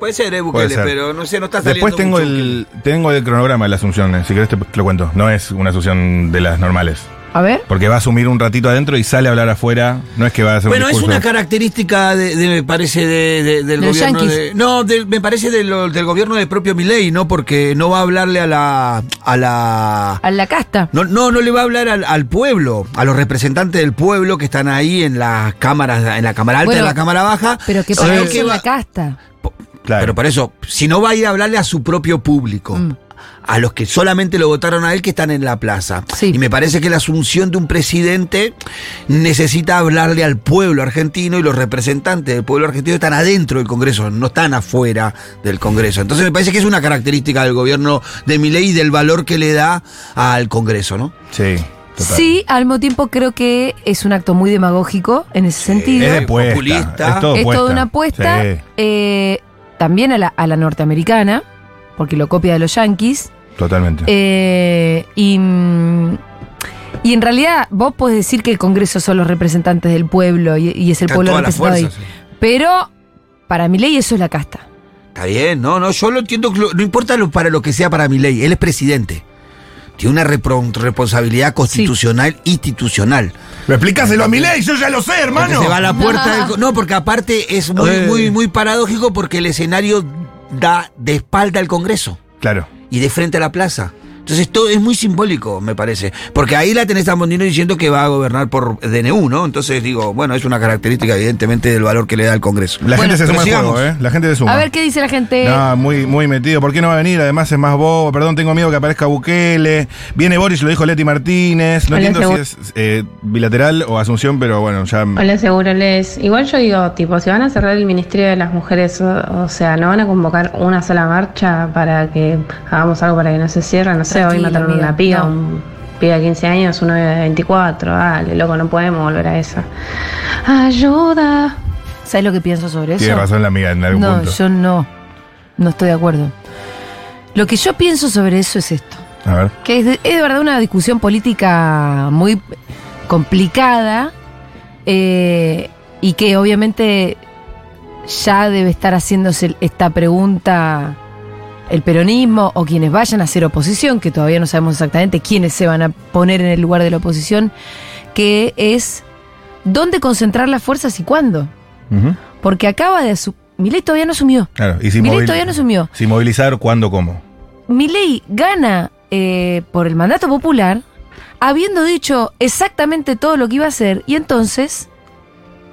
D: Puede ser, eh,
B: Puede
D: Bukele,
B: ser.
D: pero no sé, no está saliendo.
B: Después tengo
D: mucho
B: el, tengo el cronograma de la Asunción, eh, si querés te, te lo cuento. No es una Asunción de las normales.
A: A ver.
B: Porque va a asumir un ratito adentro y sale a hablar afuera. No es que va a hacer
D: Bueno,
B: un
D: es
B: discurso.
D: una característica, de, de- me parece, de, de- del
A: Los
D: gobierno.
A: yanquis.
D: de- no, del- me parece de lo- del gobierno del propio Milei, ¿no? Porque no va a hablarle a la. A la
A: A la casta.
D: no, no, no le va a hablar al, al pueblo, a los representantes del pueblo que están ahí en las cámaras, en la cámara alta,
A: Bueno,
D: en la cámara baja.
A: Pero que
D: sino
A: para eso
D: que
A: es
D: va-
A: la casta.
B: Claro.
D: Pero para eso, si no va a ir a hablarle a su propio público.
A: Mm.
D: a los que solamente lo votaron a él que están en la plaza. Y me parece que la asunción de un presidente necesita hablarle al pueblo argentino y los representantes del pueblo argentino están adentro del Congreso, no están afuera del Congreso. Entonces me parece que es una característica del gobierno de Milei y del valor que le da al Congreso, ¿no?
B: Sí.
A: Sí, al mismo tiempo creo que es un acto muy demagógico en ese sentido.
B: Es de puesta,
D: populista.
B: Es todo
A: es
B: puesta.
A: toda una apuesta.
B: Sí,
A: eh, también a la, a la norteamericana, porque lo copia de los yankees.
B: totalmente.
A: Eh, y, mm, y en realidad vos podés decir que el Congreso son los representantes del pueblo y, y es el
D: Están
A: pueblo
D: todas las
A: representado ahí.
D: fuerzas,
A: Pero para mi ley eso es la casta.
D: Está bien, no, no, yo lo entiendo, lo- no importa lo, para lo que sea para mi ley, él es presidente. Tiene una repro- responsabilidad constitucional, institucional.
B: Pero explícaselo a Milei, yo ya lo sé, hermano.
D: Porque se va a la puerta del co- No, porque aparte es muy,
B: Eh.
D: muy, muy paradójico porque el escenario da de espalda al Congreso
B: Claro.
D: y de frente a la plaza. Entonces todo es muy simbólico, me parece. Porque ahí la tenés a Mondino diciendo que va a gobernar por DNU, ¿no? Entonces digo, bueno, es una característica evidentemente del valor que le da al Congreso.
B: La gente se
D: pero
B: suma al
D: sigamos.
B: juego, ¿eh? La gente se suma.
A: A ver qué dice la gente.
B: No, muy, muy metido. ¿Por qué no va a venir? Además es más bobo. Perdón, tengo miedo que aparezca Bukele. Viene Boris, lo dijo Leti Martínez. No
L: Hola,
B: entiendo si
L: seguro.
B: es eh, bilateral o Asunción, pero bueno, ya.
L: Hola, seguro les. Igual yo digo, tipo, si van a cerrar el Ministerio de las Mujeres, o, o sea, no van a convocar una sola marcha para que hagamos algo para que no se cierre. No sé, hoy
A: Tranquila,
L: mataron a una
A: amiga,
L: piba,
A: no.
L: un piba de 15 años, uno de 24. Dale, loco, no podemos volver a eso. Ayuda.
A: ¿Sabes lo que pienso sobre eso?
B: Tiene razón la amiga en algún
A: no,
B: punto.
A: yo no. No estoy de acuerdo. Lo que yo pienso sobre eso es esto.
B: A ver.
A: Que es de, es de verdad una discusión política muy complicada eh, y que obviamente ya debe estar haciéndose esta pregunta el peronismo o quienes vayan a hacer oposición, que todavía no sabemos exactamente quiénes se van a poner en el lugar de la oposición, que es dónde concentrar las fuerzas y cuándo.
B: Ujú.
A: Porque acaba de asumir. Milei todavía no asumió.
B: Claro. Y si
A: Milei
B: movil-
A: todavía no asumió.
B: si movilizar, ¿cuándo, cómo?
A: Milei gana eh, por el mandato popular, habiendo dicho exactamente todo lo que iba a hacer, y entonces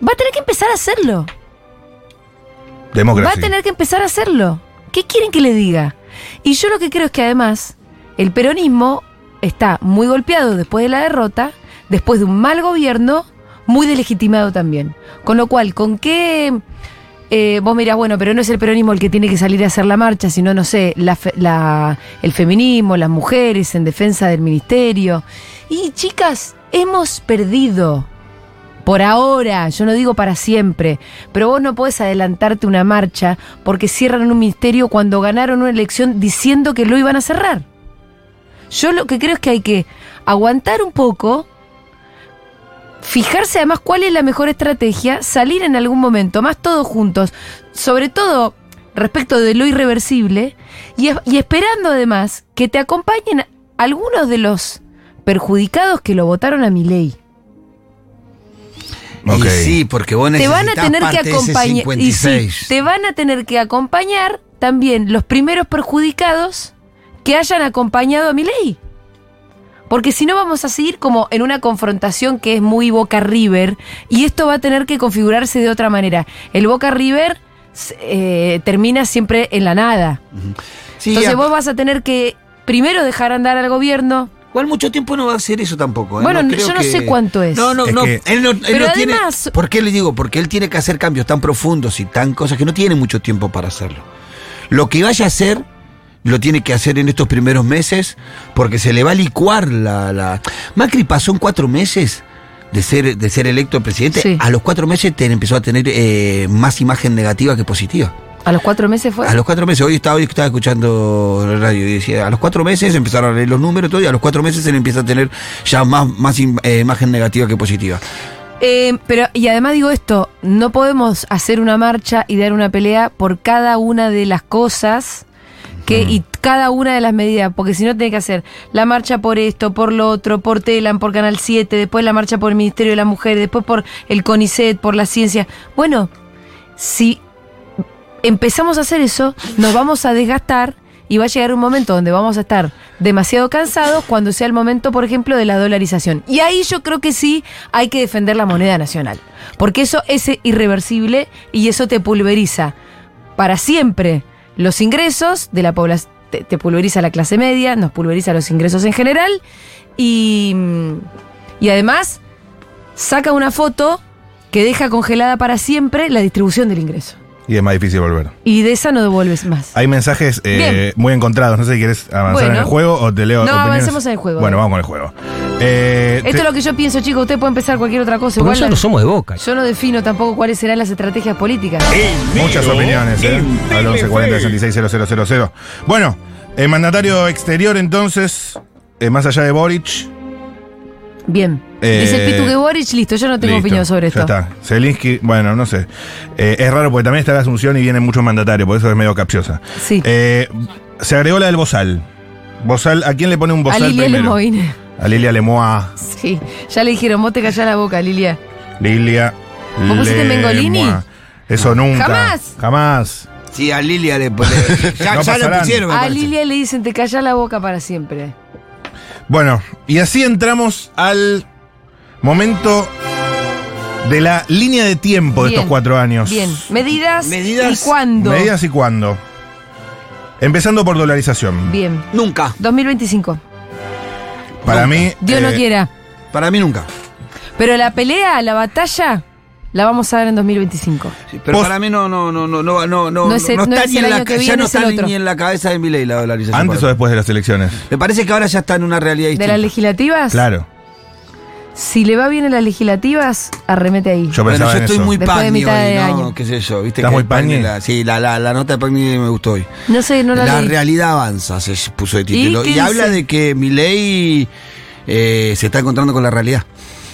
A: va a tener que empezar a hacerlo.
B: Democracia.
A: Va a tener que empezar a hacerlo. ¿Qué quieren que le diga? Y yo lo que creo es que además el peronismo está muy golpeado después de la derrota, después de un mal gobierno, muy delegitimado también. Con lo cual, ¿con qué... eh, vos mirás, bueno, pero no es el peronismo el que tiene que salir a hacer la marcha, sino, no sé, la fe- la- el feminismo, las mujeres en defensa del ministerio. Y chicas, hemos perdido. Por ahora, yo no digo para siempre, pero vos no podés adelantarte una marcha porque cierran un ministerio cuando ganaron una elección diciendo que lo iban a cerrar. Yo lo que creo es que hay que aguantar un poco, fijarse además cuál es la mejor estrategia, salir en algún momento, más todos juntos, sobre todo respecto de lo irreversible, y, es- y esperando además que te acompañen algunos de los perjudicados que lo votaron a mi ley.
D: Y sí, porque vos
A: te van a
D: necesitas
A: tener que
D: parte de ese
A: acompañar y sí,
D: 56.
A: te van a tener que acompañar también los primeros perjudicados que hayan acompañado a mi ley porque si no vamos a seguir como en una confrontación que es muy Boca River y esto va a tener que configurarse de otra manera el Boca River s- eh, termina siempre en la nada
D: Sí,
A: entonces
D: a-
A: vos vas a tener que primero dejar andar al gobierno
D: Igual mucho tiempo no va a ser eso tampoco. ¿eh?
A: Bueno,
D: creo
A: yo no
D: que-
A: sé cuánto es.
D: No, no,
A: Es
D: no.
A: que-
D: Él no, él
A: Pero
D: no tiene-
A: además-
D: ¿Por qué le digo? Porque él tiene que hacer cambios tan profundos y tan cosas que no tiene mucho tiempo para hacerlo. Lo que vaya a hacer, lo tiene que hacer en estos primeros meses, porque se le va a licuar la. la- Macri pasó en cuatro meses. De ser, de ser electo presidente,
A: Sí.
D: a los cuatro meses te- empezó a tener eh, más imagen negativa que positiva.
A: a los cuatro meses fue
D: A los cuatro meses, hoy estaba, hoy estaba escuchando la radio y decía, a los cuatro meses empezaron a leer los números todo, y a los cuatro meses se le empieza a tener ya más, más im- eh, imagen negativa que positiva.
A: Eh, pero, y además digo esto, no podemos hacer una marcha y dar una pelea por cada una de las cosas que, y cada una de las medidas, porque si no tiene que hacer la marcha por esto, por lo otro, por Telam, por Canal 7, después la marcha por el Ministerio de la Mujer, después por el CONICET, por la ciencia. Bueno, si empezamos a hacer eso, nos vamos a desgastar y va a llegar un momento donde vamos a estar demasiado cansados cuando sea el momento, por ejemplo, de la dolarización. Y ahí yo creo que sí hay que defender la moneda nacional, porque eso es irreversible y eso te pulveriza para siempre los ingresos de la población te, te pulveriza la clase media, nos pulveriza los ingresos en general y, y además saca una foto que deja congelada para siempre la distribución del ingreso.
B: Y es más difícil volver.
A: Y de esa no devuelves más.
B: Hay mensajes eh, muy encontrados. No sé si quieres avanzar
A: Bueno.
B: en el juego o te leo.
A: No,
B: opiniones.
A: avancemos en el juego.
B: Bueno, vamos con el juego. Eh,
A: Esto
B: te-
A: es lo que yo pienso, chicos. Usted puede empezar cualquier otra cosa.
B: Porque
A: Igual eh. la-
B: nosotros no somos de Boca.
A: Yo no defino tampoco cuáles serán las estrategias políticas.
B: Eh, Muchas opiniones, ¿eh? Al 1140 660000. Bueno, el mandatario exterior, entonces, eh, más allá de Boric.
A: Bien.
B: Eh,
A: Dice el Pitu que Boric, listo. Yo no tengo
B: listo,
A: opinión sobre esto.
B: ya está. Zelinsky, bueno, no sé. Eh, es raro porque también está la Asunción y vienen muchos mandatarios, por eso es medio capciosa.
A: Sí.
B: Eh, se agregó la del Bozal. Bozal, ¿a quién le pone un
A: A
B: Bozal
A: Lilia
B: primero?
A: Lemoine.
B: A Lilia Lemoa.
A: Sí. Ya le dijeron, vos te callás la boca, Lilia.
B: Lilia.
A: ¿Vos pusiste
B: Lemoa.
A: Mengolini?
B: Eso nunca.
A: Jamás.
B: Jamás.
D: Sí, a Lilia le pone. Ya,
B: No
D: ya lo
B: pasarán.
D: pusieron, me
A: A
D: parece.
A: Lilia le dicen, te callás la boca para siempre.
B: Bueno, y así entramos al momento de la línea de tiempo de
A: Bien.
B: estos cuatro años.
A: Bien. Medidas, y cuándo.
B: Medidas y cuándo. Empezando por dolarización.
A: Bien.
D: Nunca.
A: 2025.
B: Para mí.
A: Dios no
B: eh,
A: quiera.
D: Para mí nunca.
A: Pero la pelea, la batalla, la vamos a ver en 2025.
D: Pero para mí no, no, no, no, no, no, no,
A: No es el-
D: no
A: no
D: está
A: es
D: ni
A: el
D: en la,
A: año que
D: ca- ya
A: viene,
D: no
A: es el
D: está
A: otro.
D: ni en la cabeza de Milei la dolarización.
B: ¿Antes o
D: Para-
B: después de las elecciones?
D: Me parece que ahora ya está en una realidad
A: ¿De
D: distinta.
A: las legislativas?
B: Claro.
A: Si le va bien a las legislativas, arremete ahí.
B: Yo
D: Bueno,
B: pensaba
D: yo
B: en
D: estoy
B: eso.
D: muy
A: Después de
D: pañi
A: mitad
D: hoy,
A: de
D: ¿no?
A: año.
D: ¿Qué sé yo? ¿Viste
B: ¿Estás
D: que
B: muy
D: Pagni
B: pañi?
D: la- sí, la, la, la nota de Pagni me gustó hoy.
A: No sé, no la,
D: la
A: leí.
D: realidad avanza, se puso de título.
A: qué
D: Y, habla
A: dice?
D: de que Milei eh, se está encontrando con la realidad.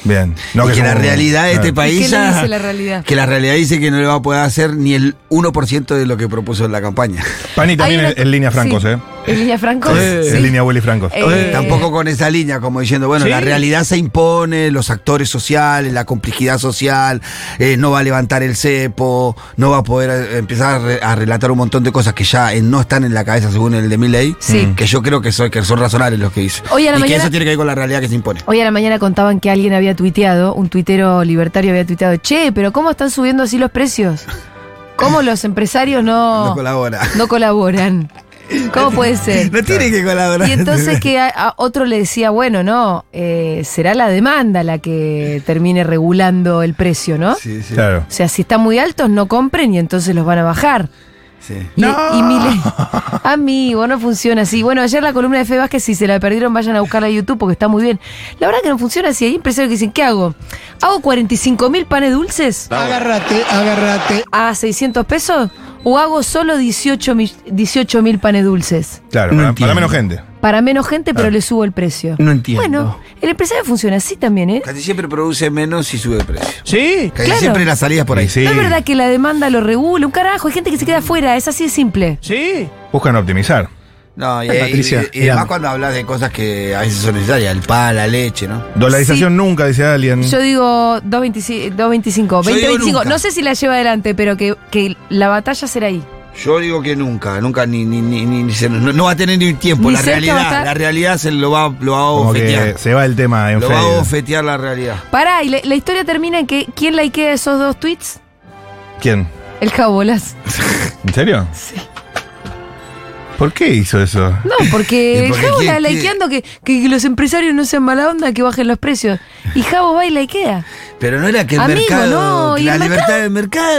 B: Bien.
D: Y que la
B: somos-
D: realidad de este
B: claro.
A: ¿Y
D: país
A: ¿Qué le
D: ya-
A: dice la realidad?
D: Que la realidad dice que no le va a poder hacer ni el 1% de lo que propuso en la campaña.
B: Pani también
A: Hay una-
B: en, en línea francos,
A: sí.
B: ¿eh?
A: ¿Emilia Franco?
B: En línea Willy Francos.
A: Eh,
D: Tampoco con esa línea, como diciendo, bueno, la realidad se impone, los actores sociales, la complejidad social, eh, no va a levantar el cepo, no va a poder eh, empezar a, re- a relatar un montón de cosas que ya eh, no están en la cabeza según el de Milley,
A: Sí.
D: que yo creo que, soy, que son razonables los que hizo.
A: Hoy a la
D: y que
A: mañana-
D: eso tiene que ver con la realidad que se impone.
A: Hoy a la mañana contaban que alguien había tuiteado, un tuitero libertario había tuiteado, che, pero ¿cómo están subiendo así los precios? ¿Cómo los empresarios
D: No
A: no,
D: colabora.
A: no colaboran? ¿Cómo puede ser?
D: No tiene que colaborar.
A: Y entonces que a, a otro le decía, bueno, no, eh, será la demanda la que termine regulando el precio, ¿no?
D: Sí, sí.
B: Claro.
A: O sea, si están muy altos, no compren y entonces los van a bajar.
D: sí.
A: Y, y Milei- amigo, no funciona así. Bueno, ayer la columna de Fe Vázquez, si se la perdieron, vayan a buscarla a YouTube porque está muy bien. La verdad que no funciona así. Hay empresarios que dicen, ¿qué hago? ¿Hago 45 mil panes dulces? Agárrate, agárrate. ¿A 600 pesos? ¿O hago solo 18 mil panes dulces?
B: Claro, para, para menos gente.
A: Para menos gente, pero le subo el precio.
B: Ah. No entiendo.
A: Bueno, el empresario funciona así también, ¿eh?
D: Casi siempre produce menos y sube el precio.
E: Sí.
D: Casi
A: Claro.
D: siempre las salidas por ahí.
B: Sí.
A: No es verdad que la demanda lo regula. Un carajo, hay gente que se queda afuera. Es así de simple.
E: Sí.
B: Buscan optimizar.
D: No, y,
B: Ay, Patricia,
D: y- y- y
B: mirá.
D: además cuando hablas de cosas que a veces son necesarias, el pan, la leche, ¿no?
B: Dolarización nunca, dice alguien.
A: Yo digo 2.25, 2.25,
D: Yo digo
A: 20.25.
D: nunca.
A: No sé si la lleva adelante, pero que, que la batalla será ahí.
D: Yo digo que nunca, nunca ni, ni, ni, ni- ni se- no, no va a tener ni tiempo.
A: Ni
D: la
A: cerca va a
D: realidad,
A: estar.
D: la realidad se lo va, lo va a
B: Como
D: bofetear.
B: que se va el tema en
D: Lo va a
B: fade.
D: bofetear la realidad.
A: Pará, y la, la historia termina en que ¿quién likea esos dos tweets?
B: ¿Quién?
A: El jabolas.
B: ¿En serio? Sí. ¿Por qué hizo eso?
A: No, porque
B: ¿Y
A: el
B: por qué
A: jabolas
B: quién-
A: likeando que, que los empresarios no sean mala onda, que bajen los precios. Y jabo va y likea.
D: Pero no era que el
A: Amigo,
D: mercado,
A: no,
D: que
A: y
D: la
A: el
D: libertad
A: mercado-
D: del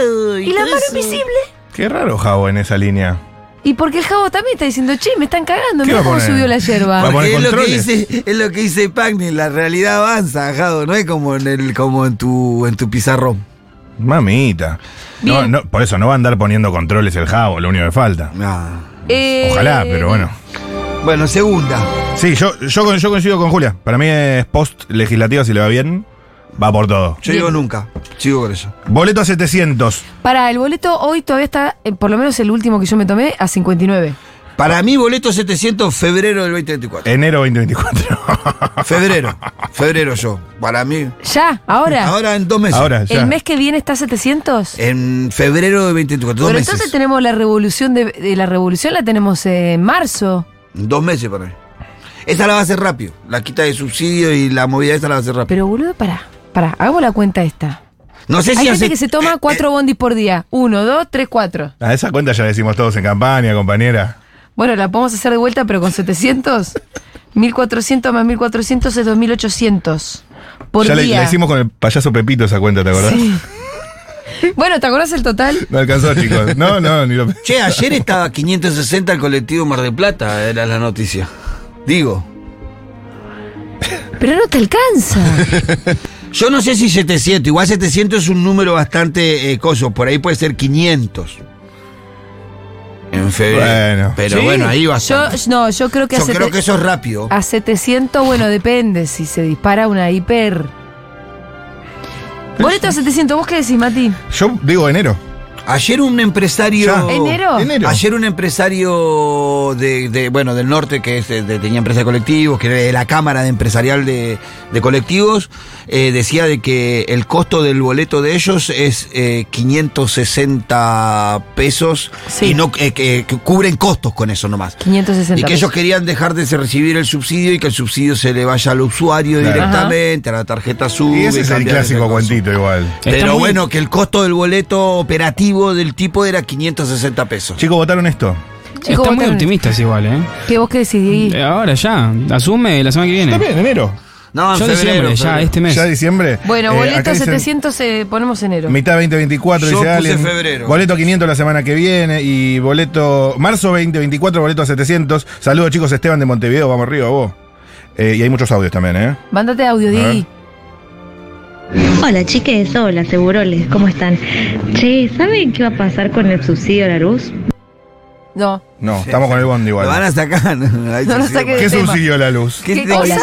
D: mercado.
A: Y la
D: todo
A: mano
D: eso.
A: invisible.
B: Qué raro, Javo, en esa línea.
A: Y porque el jabo también está diciendo, che, me están cagando,
B: ¿Qué
A: mira
B: va a
A: cómo
B: poner?
A: subió la
B: Va a
A: yerba.
B: poner-
D: Porque es lo, que
B: controles.
D: dice, es lo que dice Pagni, la realidad avanza, Jado, no es como en el, como en tu, en tu pizarrón.
B: Mamita. No,
A: Bien.
B: no, por eso no va a andar poniendo controles el Javo, lo único que falta.
D: Ah.
A: Eh,
B: Ojalá, pero bueno.
D: Bueno, segunda.
B: Sí, yo, yo, con- yo coincido con Julia. Para mí es post legislativa, si le va bien, va por todo.
D: Yo digo nunca. Sigo con eso.
B: Boleto a 700.
A: Para, el boleto hoy todavía está, eh, por lo menos el último que yo me tomé, a 59.
D: Para mí, boleto 700, febrero del 2024.
B: Enero 2024.
D: Febrero. Febrero yo. Para mí.
A: ¿Ya? ¿Ahora?
D: Ahora en dos meses.
B: Ahora, ya.
A: ¿El mes que viene está a 700?
D: En febrero de 24. Eh, Dos
A: Pero
D: meses.
A: entonces tenemos la revolución de, de la revolución la tenemos eh, en marzo.
D: Dos meses para mí. Esa la va a hacer rápido. La quita de subsidio y la movida esa la va a hacer rápido.
A: Pero boludo, pará, pará, hagamos la cuenta esta.
D: No sé
A: Hay
D: si
A: gente
D: hace. Eh,
A: que se toma cuatro bondis por día. Uno, dos, tres, cuatro.
B: A esa cuenta ya la decimos todos en campaña, compañera.
A: Bueno, la podemos hacer de vuelta, pero con 700. 1400 más 1400 es 2800. Por
B: ya le-
A: día.
B: la hicimos con el payaso Pepito esa cuenta, ¿te acordás?
D: ¿eh?
A: Sí. Bueno, ¿te acordás el total?
B: No alcanzó, chicos. No, no, ni lo.
D: Che, ayer estaba 560 el colectivo Mar de Plata, era la noticia. Digo.
A: Pero no te alcanza.
D: Yo no sé si 700, igual 700 es un número bastante eh, coso, por ahí puede ser 500. En febrero.
B: Bueno.
D: Pero
B: Sí.
D: bueno, ahí va a ser.
A: Yo, no, yo creo que Ah.
D: Yo
A: a sete-
D: creo que eso es rápido.
A: A 700, bueno, depende si se dispara una hiper. Boleto a 700, ¿vos qué decís, Mati?
B: Yo digo enero.
D: Ayer un empresario.
A: Ya. ¿Enero? Enero.
D: Ayer un empresario de, de, bueno, del norte que es de- de- tenía empresa de colectivos, que era de la Cámara de Empresarial de, de Colectivos, eh, decía de que el costo del boleto de ellos es eh, 560 pesos y no eh, que, que cubren costos con eso nomás.
A: 560.
D: Y que
A: pesos.
D: ellos querían dejar de recibir el subsidio y que el subsidio se le vaya al usuario
B: Claro.
D: directamente, a la tarjeta sube.
B: Y ese es el
D: cambiar ese
B: clásico
D: coso.
B: cuentito igual.
D: Pero bueno, que el costo del boleto operativo del tipo era 560 pesos.
B: Chicos, votaron esto.
A: Chicos,
F: Están muy
A: votaron.
F: optimistas igual, ¿eh?
A: ¿Qué vos qué decís, Diego?
F: Eh, Ahora ya, asume la semana que viene.
B: Está bien, enero.
D: No, en
F: Yo
D: febrero,
F: diciembre, ya,
D: febrero.
F: este mes.
B: Ya diciembre.
A: Bueno,
B: eh,
A: boleto
B: acá
A: a
B: dicen
A: 700, eh, ponemos enero.
B: Mitad 2024,
D: Yo
B: dice
D: puse
B: alguien.
D: febrero.
B: Boleto 500 la semana que viene y boleto. Marzo 2024, boleto a 700. Saludos, chicos. Esteban de Montevideo, vamos arriba, vos. Eh, y hay muchos audios también, ¿eh?
A: Mándate audio,
B: A ver.
A: Diego.
M: Hola chiques, hola seguroles, ¿cómo están? Che, ¿saben qué va a pasar con el subsidio a la luz?
A: No.
B: No, estamos con el bond igual.
D: Lo van a sacar.
A: No lo saque
B: ¿Qué
A: del tema.
B: subsidio la luz?
A: ¿Qué cosa?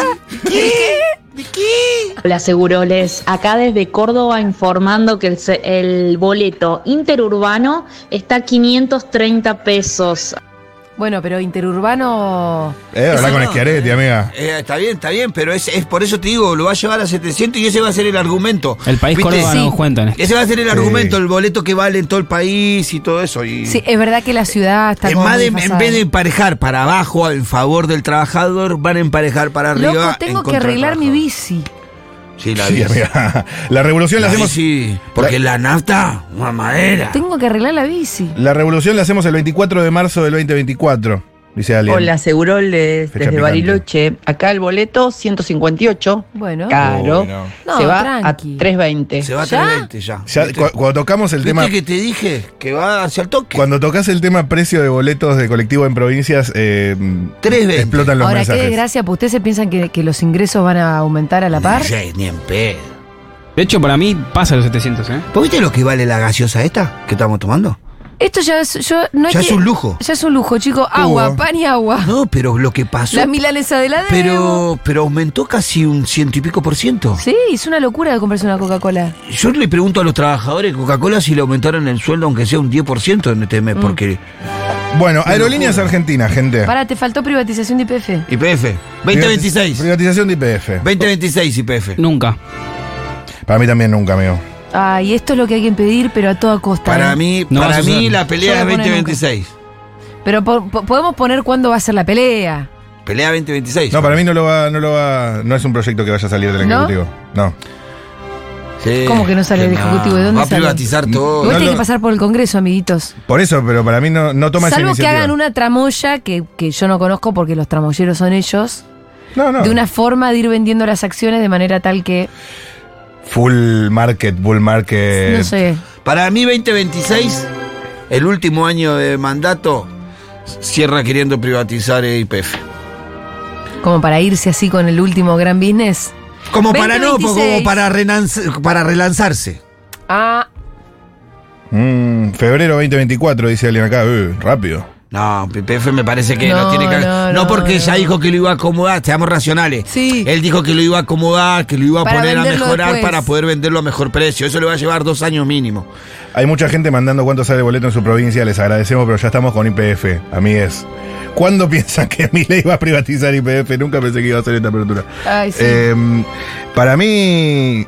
N: Hola Seguroles, acá desde Córdoba informando que el, se- el boleto interurbano está a 530 pesos.
A: Bueno, pero interurbano.
B: Eh, habla con Schiaretti, amiga.
D: Eh, está bien, está bien, pero es, es por eso te digo, lo va a llevar a 700 y ese va a ser el argumento.
F: El país
D: ¿Viste?
F: Córdoba no cuenta en esto.
D: Ese va a ser el
F: Sí.
D: argumento, el boleto que vale en todo el país y todo eso. Y
A: Sí, es verdad que la ciudad está
D: en,
A: como
D: más de-
A: muy
D: en
A: desfasada.
D: vez de emparejar para abajo en favor del trabajador, van a emparejar para arriba.
A: Loco,
D: en
A: tengo que
D: contra del
A: arreglar mi bici.
D: trabajador. Sí, la
B: Sí,
D: bici.
B: amiga. La revolución la,
D: La
B: hacemos.
D: bici, porque la, nafta, una madera.
A: Tengo que arreglar la bici.
B: La revolución la hacemos el 24 de marzo del 2024, dice alguien.
O: Hola, Seguroles,
B: Fecha
O: desde
B: picante.
O: Bariloche. Acá el boleto 158.
A: Bueno.
O: Caro.
B: Uy, no.
O: Se
A: No,
O: va
A: tranqui.
O: a 320.
D: Se va a
A: ¿Ya?
D: 320 ya.
B: Ya, cu- cuando tocamos el
D: ¿Viste
B: tema.
D: que te dije? Que va hacia el toque.
B: Cuando tocas el tema precio de boletos de colectivo en provincias, eh,
D: 3.20.
B: explotan los
A: Ahora, qué
B: mensajes.
A: desgracia, pues, ¿ustedes se piensan que, que los ingresos van a aumentar a la par?
D: Sí, ni en pedo.
F: De hecho, para mí pasa los 700, ¿eh?
D: ¿Vos viste lo que vale la gaseosa esta que estamos tomando?
A: Esto ya es, yo, no
D: Ya
A: que-
D: es un lujo.
A: Ya es un lujo, chicos. Agua,
D: Tuvo.
A: pan y agua.
D: No, pero lo que pasó.
A: Ah. La milanesa de la debo.
D: pero, pero aumentó casi un ciento y pico por ciento.
A: Sí, es una locura de comprarse una Coca-Cola.
D: Yo le pregunto a los trabajadores de Coca-Cola si le aumentaron el sueldo aunque sea un 10% en este mes,
A: Mm.
D: porque.
B: Bueno, Aerolíneas Argentinas,
D: Eh.
B: gente.
A: Pará, te faltó privatización de IPF.
D: IPF. 2026.
B: Privatización de IPF.
D: 2026 IPF.
F: Nunca.
B: Para mí también nunca, amigo.
A: Ah, y esto es lo que hay que impedir, pero a toda costa.
D: Para
A: ¿eh?
D: mí,
F: No vas
D: para
F: a
D: mí
F: usar.
D: la pelea
A: Yo
D: es
A: no pone
D: 2026.
A: Pero po- po- podemos poner cuándo va a ser la pelea.
D: Pelea 2026.
B: No, para mí no lo va, no lo va, no es un proyecto que vaya a salir del
A: ¿No?
B: Ejecutivo. No.
D: Sí,
A: ¿Cómo que no sale el
D: mal.
A: Ejecutivo? ¿De dónde
D: Va a
A: sale?
D: privatizar todo.
A: Igual
B: No,
A: tiene
B: no.
A: que pasar por el Congreso, amiguitos.
B: Por eso, pero para mí no, no toma
A: Salvo
B: esa
A: que
B: iniciativa.
A: hagan una tramoya, que, que yo no conozco porque los tramoyeros son ellos,
B: No,
D: Ah.
B: no.
A: de una forma de ir vendiendo las acciones de manera tal que,
B: Full market, bull market.
D: Eh.
A: no sé,
D: Para mí 2026, el último año de mandato, cierra queriendo privatizar E IPF.
A: como para irse así con el último gran business.
D: Como para no,
A: 2026.
D: como para, relanz- para relanzarse.
A: Ah,
B: Mm, febrero 2024, dice alguien acá. Uy, rápido.
D: No, E IPF me parece que no,
A: No,
D: tiene que...
A: no,
D: No,
A: no,
D: porque ya
A: no.
D: dijo que lo iba a acomodar, seamos racionales.
A: Sí.
D: Él dijo que lo iba a acomodar, que lo iba a
A: Para
D: poner a
A: venderlo
D: mejorar
A: después.
D: para poder venderlo a mejor precio. Eso le va a llevar dos años mínimo.
B: Hay mucha gente mandando cuánto sale el boleto en su provincia, les agradecemos, pero ya estamos con IPF, amigues. ¿Cuándo piensan que Milei va a privatizar IPF? Nunca pensé que iba a hacer esta apertura.
A: ay, sí.
B: Eh, para mí,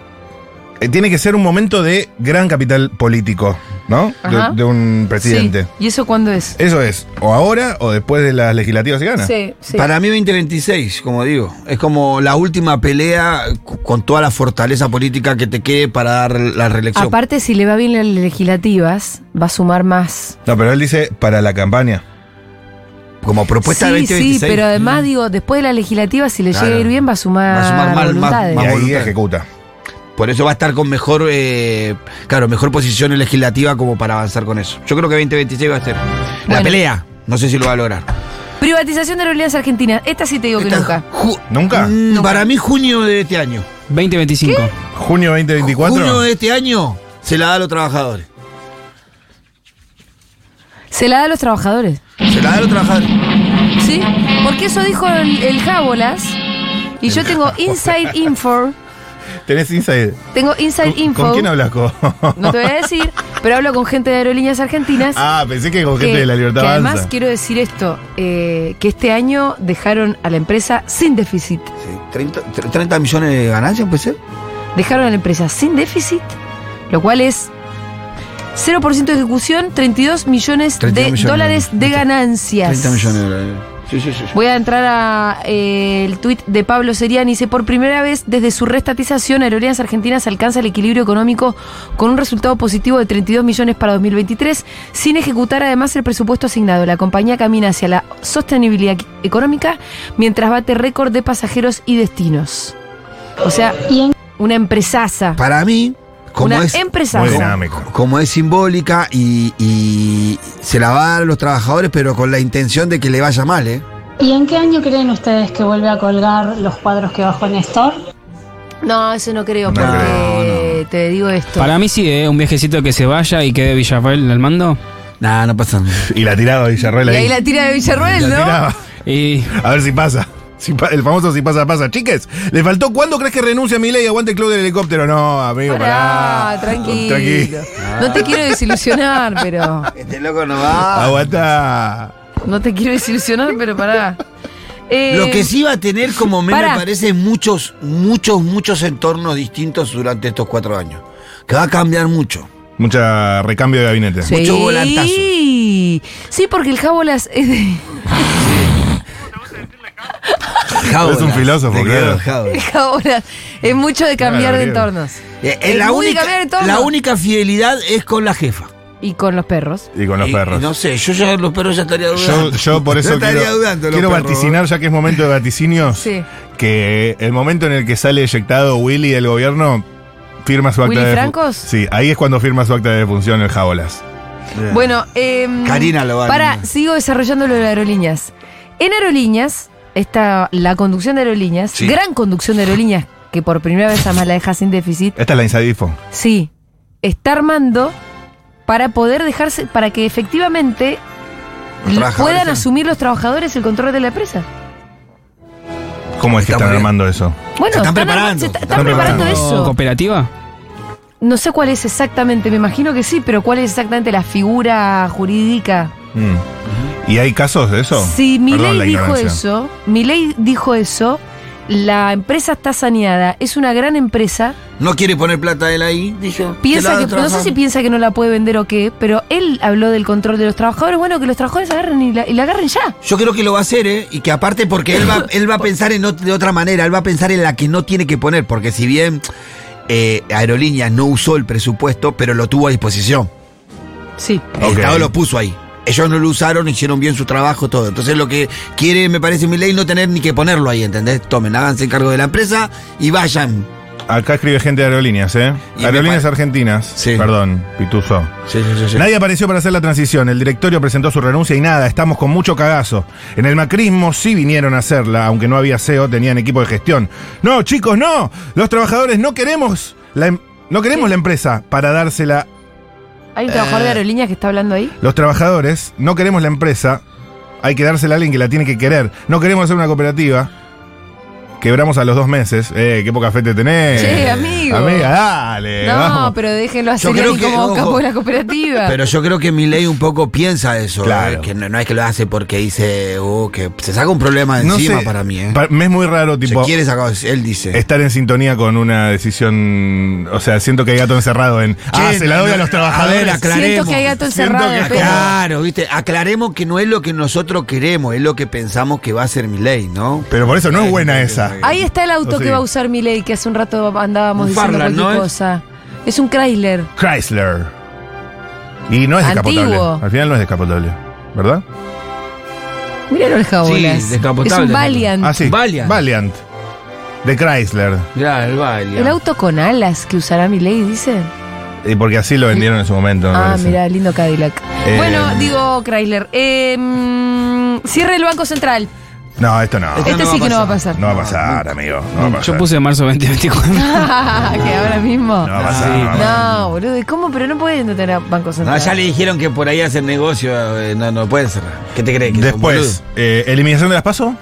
B: eh, tiene que ser un momento de gran capital político, ¿no?
A: Ajá.
B: De, de un presidente.
A: Sí. ¿Y eso cuándo es?
B: Eso es, o ahora o después de las legislativas se gana.
A: Sí, sí.
D: Ah. Para mí 2026, como digo, es como la última pelea cu- con toda la fortaleza política que te quede para dar la reelección.
A: Aparte, si le va bien las legislativas, va a sumar más.
B: No, pero él dice para la campaña.
D: como propuesta de
A: sí,
D: 2026.
A: sí, pero además digo, después de la legislativa, si le
D: Mm. Claro.
A: llega a ir bien, va a sumar,
D: Va a sumar más- más-
A: voluntades.
D: más
B: Y ahí
D: voluntad.
B: ejecuta.
D: Por eso va a estar con mejor, eh, claro, mejor posición legislativa como para avanzar con eso. Yo creo que 2026 va a ser la
A: Bueno.
D: pelea. No sé si lo va a lograr.
A: Privatización de aerolíneas argentinas. Esta sí te digo que nunca.
B: ¿Nunca?
D: Mm, Para mí, junio de este año.
F: 2025.
B: ¿Junio 2024?
D: Junio de este año se la da a los trabajadores.
A: Se la da a los trabajadores.
D: Se la da a los trabajadores.
A: ¿Sí? Porque eso dijo el, el Jábolas. Y yo tengo Inside Info.
B: ¿Tenés inside?
A: Tengo Inside Info.
B: ¿Con quién hablas con?
A: No te voy a decir, pero hablo con gente de aerolíneas argentinas.
B: Ah, pensé que con gente de la libertad
A: que además
B: avanza.
A: quiero decir esto, eh, que este año dejaron a la empresa sin déficit.
D: Sí, 30, 30 millones de ganancias, puede ser.
A: Dejaron a la empresa sin déficit, lo cual es 0% de ejecución, 32 millones
D: 32
A: de
D: millones.
A: dólares de ganancias.
D: 30 millones de dólares. Sí, sí, sí. sí.
A: Voy a entrar a eh, el tuit de Pablo Seriani. Dice, por primera vez desde su restatización, Aerolíneas Argentinas alcanza el equilibrio económico con un resultado positivo de 32 millones para 2023, sin ejecutar además el presupuesto asignado. La compañía camina hacia la sostenibilidad económica mientras bate récord de pasajeros y destinos. O sea, una empresaza.
D: Para mí, como
A: Una em-
D: es.
A: empresa.
B: Muy
D: como-
B: dinámico.
D: Como es simbólica y, y se la va a dar a los trabajadores, pero con la intención de que le vaya mal, ¿eh?
P: ¿Y en qué año creen ustedes que vuelve a colgar los cuadros que bajó Néstor?
A: No, eso no creo,
F: No
A: porque te digo esto.
F: Para mí sí, ¿eh? un viejecito que se vaya y quede Villafael al mando.
D: Nah, no pasa nada.
B: Y la tiraba Villarreal
A: y ahí la tira de Villarroel,
B: La
A: ¿no?
B: tiraba.
F: Y
B: A ver si pasa. Si pa- el famoso si pasa, pasa. Chiques, ¿le faltó cuándo crees que renuncia a mi ley? Aguante el club del helicóptero. No, amigo,
A: Pará,
B: pará.
A: tranquilo.
B: Tranquilo.
A: No te quiero desilusionar, pero.
D: Este loco no va.
B: Aguanta.
A: No te quiero desilusionar, pero pará. Eh,
D: Lo que sí va a tener como me, me
A: pará.
D: parece muchos, muchos, muchos entornos distintos durante estos cuatro años. Que va a cambiar mucho.
B: Mucha recambio de gabinete.
A: sí.
D: mucho volantazo.
A: Sí, porque el Jábolas es de.
D: Jábolas,
B: Es un filósofo,
D: te quedo
B: claro.
D: Jábolas.
A: el Jábolas es mucho de cambiar
B: Claro,
A: de
B: Diego.
A: entornos.
D: Eh, eh,
A: Es
D: la,
A: muy de
D: única,
A: cambiar de entornos.
D: la única fidelidad es con la jefa.
A: Y con los perros.
B: Y con los
D: Y-
B: perros.
D: y no sé, yo ya los perros ya estaría
B: Yo,
D: dudando.
B: yo por
D: Ya
B: eso
D: estaría
B: quiero,
D: dudando los
B: quiero
D: perros.
B: vaticinar, ya que es momento de vaticinios,
A: Sí.
B: que el momento en el que sale eyectado Willy del gobierno firma su acta
A: ¿Willy
B: de defu-
A: Francos?
B: Sí, ahí es cuando firma su acta de defunción el Jabolas.
D: Bien.
A: Bueno, em,
D: Karina lo va a
A: Para,
D: eliminar.
A: sigo desarrollando lo de aerolíneas. En aerolíneas, está la conducción de aerolíneas,
B: Sí.
A: gran conducción de aerolíneas, que por primera vez además la deja sin déficit.
B: Esta es la Insadifo.
A: Sí, está armando para poder dejarse, para que efectivamente
D: Los trabajadores
A: puedan
D: sean-
A: asumir los trabajadores el control de la empresa.
B: ¿Cómo es que
D: Está
B: están
D: muy bien.
B: armando eso?
A: Bueno,
D: Se están
A: armando-
D: preparando,
A: se está-
D: se
A: están
B: están
A: preparando
B: preparando.
A: eso.
F: ¿Cooperativa?
A: No sé cuál es exactamente, me imagino que sí, pero cuál es exactamente la figura jurídica.
B: Mm. ¿Y hay casos de eso?
A: Si
B: Perdón la
A: Milei dijo
B: ignorancia.
A: eso, Milei dijo eso, la empresa está saneada, es una gran empresa,
D: No quiere poner plata él ahí, dijo.
A: piensa que, no sé si piensa que no la puede vender o qué, pero él habló del control de los trabajadores, bueno, que los trabajadores agarren y la, y la agarren ya.
D: Yo creo que lo va a hacer, ¿eh? Y que aparte, porque él va, él va a pensar en ot- de otra manera, él va a pensar en la que no tiene que poner, porque si bien eh, Aerolíneas no usó el presupuesto, pero lo tuvo a disposición.
A: Sí.
D: El
B: Ok.
D: Estado lo puso ahí. Ellos no lo usaron, hicieron bien su trabajo, todo. Entonces lo que quiere, me parece, mi ley, no tener ni que ponerlo ahí, ¿entendés? Tomen, háganse cargo de la empresa y vayan.
B: Acá escribe gente de aerolíneas, ¿eh?
D: Y me
B: Aerolíneas
D: pa-
B: Argentinas.
D: Sí.
B: Perdón, Pituso.
D: Sí, sí, sí.
B: Nadie apareció para hacer la transición. El directorio presentó su renuncia y nada, estamos con mucho cagazo. En el macrismo sí vinieron a hacerla, aunque no había CEO, tenían equipo de gestión. No, chicos, no. Los trabajadores no queremos la, em- no queremos la empresa para dársela.
A: ¿Hay un trabajador de
D: Eh,
A: aerolíneas que está hablando ahí?
B: Los trabajadores no queremos la empresa. Hay que dársela a alguien que la tiene que querer. No queremos hacer una cooperativa. Quebramos a los dos meses. Eh, qué poca fe te tenés.
A: Che, amigo.
B: Amiga, dale.
A: no,
B: vamos.
A: pero déjenlo a
D: eh, Yo
A: Seriani
D: creo que-
A: como
D: ojo.
A: capo de la cooperativa.
D: Pero yo creo que mi ley un poco piensa eso.
B: Claro.
D: ¿eh? Que no, no es que lo hace porque dice, oh, que se saca un problema de
B: No
D: encima
B: sé,
D: para mí, ¿eh?
B: pa- me es muy raro,
D: Se
B: tipo.
D: quiere sacar, él dice.
B: estar en sintonía con una decisión. O sea, siento que hay gato encerrado en. ah,
D: Che,
B: se la doy a los
D: no, no,
B: trabajadores.
D: a ver, aclaremos.
A: Siento que hay gato
B: Siento
A: encerrado.
B: que-
A: pero-
D: Claro, viste, aclaremos que no es lo que nosotros queremos, es lo que pensamos que va a ser mi ley, ¿no?
B: Pero por eso no es buena esa.
A: Ahí está el auto
B: No sé.
A: que va a usar Milei, que hace un rato andábamos
D: Un
A: diciendo
D: Farland,
A: cualquier
D: ¿no es?
A: cosa. Es un Chrysler.
B: Chrysler. Y no es descapotable.
A: Antiguo.
B: Al final no es descapotable. ¿Verdad?
A: Mira el jabolas.
D: Sí,
A: es
D: descapotable.
A: un Valiant.
B: Ah, sí. Valiant. De Chrysler.
D: Mirá, el Valiant.
A: El auto con alas que usará mi ley, dice.
B: Y porque así lo vendieron en su momento. me
A: ah,
B: parece.
A: mira, lindo Cadillac.
B: Eh,
A: bueno, digo Chrysler. eh, mm, cierre el Banco Central.
B: No, esto no.
A: este sí que no va a pasar.
B: No va a pasar, amigo. No va a pasar.
F: Yo puse marzo 2024.
A: Ah. que ahora mismo.
B: No va a pasar.
D: Sí.
B: no va a pasar.
A: No, boludo, ¿y ¿cómo? Pero no pueden no tener Banco
D: No,
A: Central.
D: Ah, ya le dijeron que por ahí hacen negocio. eh, No, no pueden cerrar. ¿Qué te crees? Que son
B: Después,
D: boludos?
B: eh, ¿eliminación de las paso?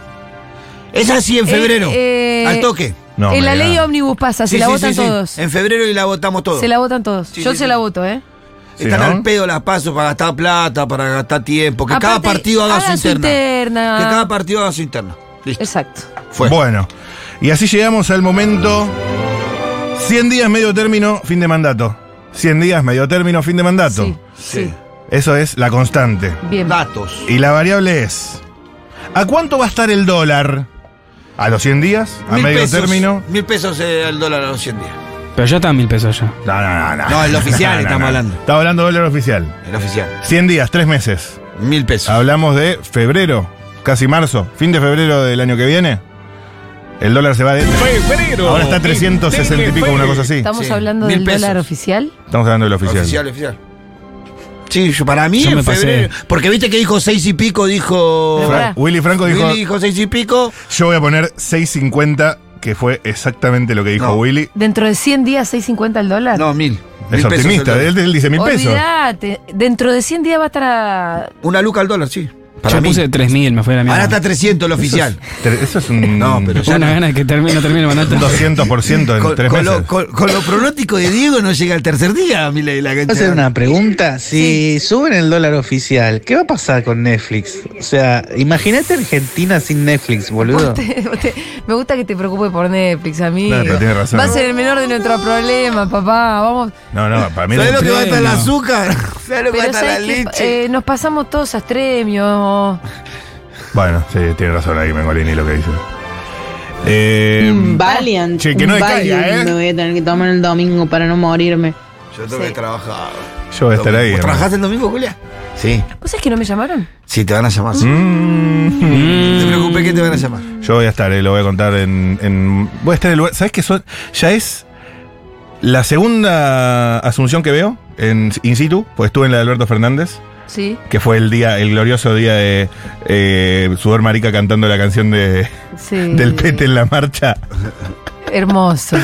D: Es así en
A: Eh,
D: febrero.
A: eh,
D: al toque.
B: No,
A: en la
B: me
A: ley
B: da.
A: ómnibus pasa,
D: Sí,
A: se la
D: sí,
A: votan
D: sí, sí.
A: todos.
D: En febrero y la votamos todos.
A: Se la votan todos. Yo se la voto, ¿eh?
B: Sí,
D: Están
B: ¿no?
D: al pedo las pasos para gastar plata, para gastar tiempo. Que cada
A: Aparte,
D: partido haga, su interna.
A: interna.
D: Que cada partido haga su interna. Listo.
A: Exacto.
D: Fue.
B: Bueno, y así llegamos al momento. 100 días medio término, fin de mandato. 100 días medio término, fin de mandato.
A: Sí, sí.
B: Eso es la constante.
A: Bien.
D: Datos.
B: Y la variable es: ¿a cuánto va a estar el dólar? ¿A los 100 días? ¿A
D: Mil
B: medio
D: pesos,
B: término?
D: Mil pesos eh, al dólar a los 100 días.
F: Pero ya está a mil pesos ya.
B: No, no, no. No,
D: No, el oficial estamos
B: no.
D: hablando.
B: Estamos hablando de dólar oficial.
D: El oficial.
B: 100 días, 3 meses.
D: Mil pesos.
B: Hablamos de febrero, casi marzo, fin de febrero del año que viene. El dólar se va de. Ahora está 360 y pico, una cosa así.
A: Estamos
D: Sí,
A: hablando
D: mil
A: del dólar
D: pesos.
A: oficial.
B: Estamos hablando del oficial.
D: Oficial, oficial. Sí, yo- para mí
F: Yo
D: en
F: me pasé.
D: febrero. Porque viste que dijo seis y pico, dijo.
A: Pero pará.
B: Fra- Willy Franco dijo:
D: Willy dijo seis y pico.
B: Yo voy a poner 6.50, que fue exactamente lo que dijo
D: No.
B: Willy.
A: Dentro de 100 días, 6.50 el dólar.
D: No, mil.
B: Es
D: Mil pesos al
B: optimista,
D: dólar.
B: él, él dice mil pesos.
A: Olvídate. Dentro de 100 días va a estar a.
D: Una luca al dólar, sí. Para
F: Yo
D: mí.
F: puse 3000, me fue la
D: Ahora
F: mierda.
D: está 300 el oficial.
B: Tre- Eso es un,
D: No, pero ya
F: Una
D: no.
F: gana de que termine, no termine el mandato.
B: un 200% en
D: Con,
B: tres
D: con
B: meses.
D: lo, con- con lo pronóstico de Diego no llega al tercer día, Milei, la cancha.
Q: hacer una pregunta? Si suben el dólar oficial, ¿qué va a pasar con Netflix? O sea, imagínate Argentina sin Netflix, boludo.
A: Me gusta que te preocupes por Netflix, amigo.
B: Claro, pero tiene razón.
A: Va a ser el menor de nuestros problemas, papá. Vamos.
B: No, no, para mí
D: ¿Sabes lo que va a estar el
F: no.
D: azúcar? ¿Sabes lo que va a
A: Pero
D: estar la
A: ¿sabes qué?
D: leche?
A: Eh, nos pasamos todos a extremios.
B: Bueno, sí, tiene razón ahí Mengolini lo que dice. Eh,
H: Mm,
J: Valiant.
B: Che, que no
J: un
B: decaiga,
J: Valiant
B: ¿eh?
J: Me voy a tener que tomar el domingo para no morirme.
D: Yo tengo que trabajar.
B: Yo voy a estar ahí.
D: ¿Vos
B: hermano.
D: ¿Trabajás el domingo, Julia? Sí.
A: ¿Vos sabés que no me llamaron?
D: Sí, te van a llamar. sí.
B: Mm.
D: No te preocupes que te van a llamar.
B: Yo voy a estar, eh, lo voy a contar en, en- Voy a estar en el lugar. ¿Sabes qué? Son, ya es la segunda asunción que veo en in situ, pues estuve en la de Alberto Fernández,
A: Sí.
B: que fue el día, el glorioso día de eh, Sudor Marica cantando la canción de,
A: Sí.
B: del Pete en la marcha.
A: Hermoso.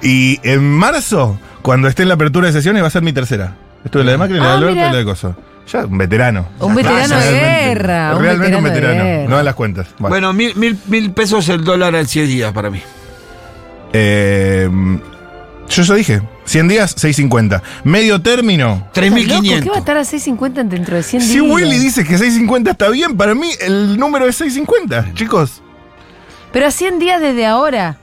B: Y en marzo, cuando esté en la apertura de sesiones, va a ser mi tercera. Estuve en la de Macri, en la de
A: Ah,
B: Alberto
A: mira.
B: y la de Coso. Ya, un veterano.
A: Un veterano de
B: Realmente,
A: guerra. un
B: Realmente un veterano.
A: de guerra.
B: No a las cuentas. Bueno.
D: Bueno, mil, mil, mil pesos el dólar al 100 días para mí.
B: Eh, yo ya dije, 100 días, 6.50. Medio término.
A: ¿Estás loco? ¿Qué va a
D: 3.500.
A: estar a 6.50 dentro de 100
B: Si
A: días?
B: Willy dice que 6.50 está bien, para mí el número es 6.50, chicos.
A: Pero a 100 días desde ahora.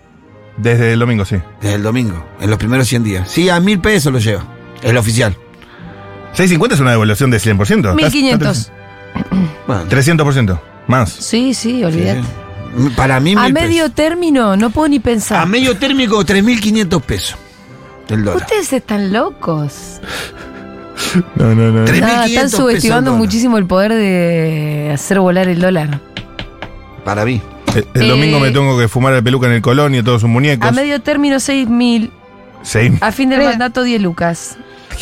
B: Desde el domingo, sí.
D: Desde el domingo, en los primeros 100 días. Sí, a mil pesos lo lleva. El oficial.
B: 6.50 es una devolución de 100%.
A: 1500.
D: Bueno,
B: 300%. Más.
A: Sí, sí, olvídate.
D: Para mí,
A: A
D: mil
A: medio
D: pesos.
A: término, no puedo ni pensar.
D: A medio térmico, 3.500 pesos. El dólar.
A: Ustedes están locos.
B: No, no, no.
D: Tres-
A: Nada,
D: 1500
A: están
D: pesos
A: subestimando
D: el dólar.
A: muchísimo el poder de hacer volar el dólar.
D: Para mí.
B: El, el domingo
A: Eh,
B: me tengo que fumar la peluca en el Colón y todos sus muñecos.
A: A medio término, 6.000.
B: Sí.
A: A fin del
K: Creo.
A: mandato, 10 lucas.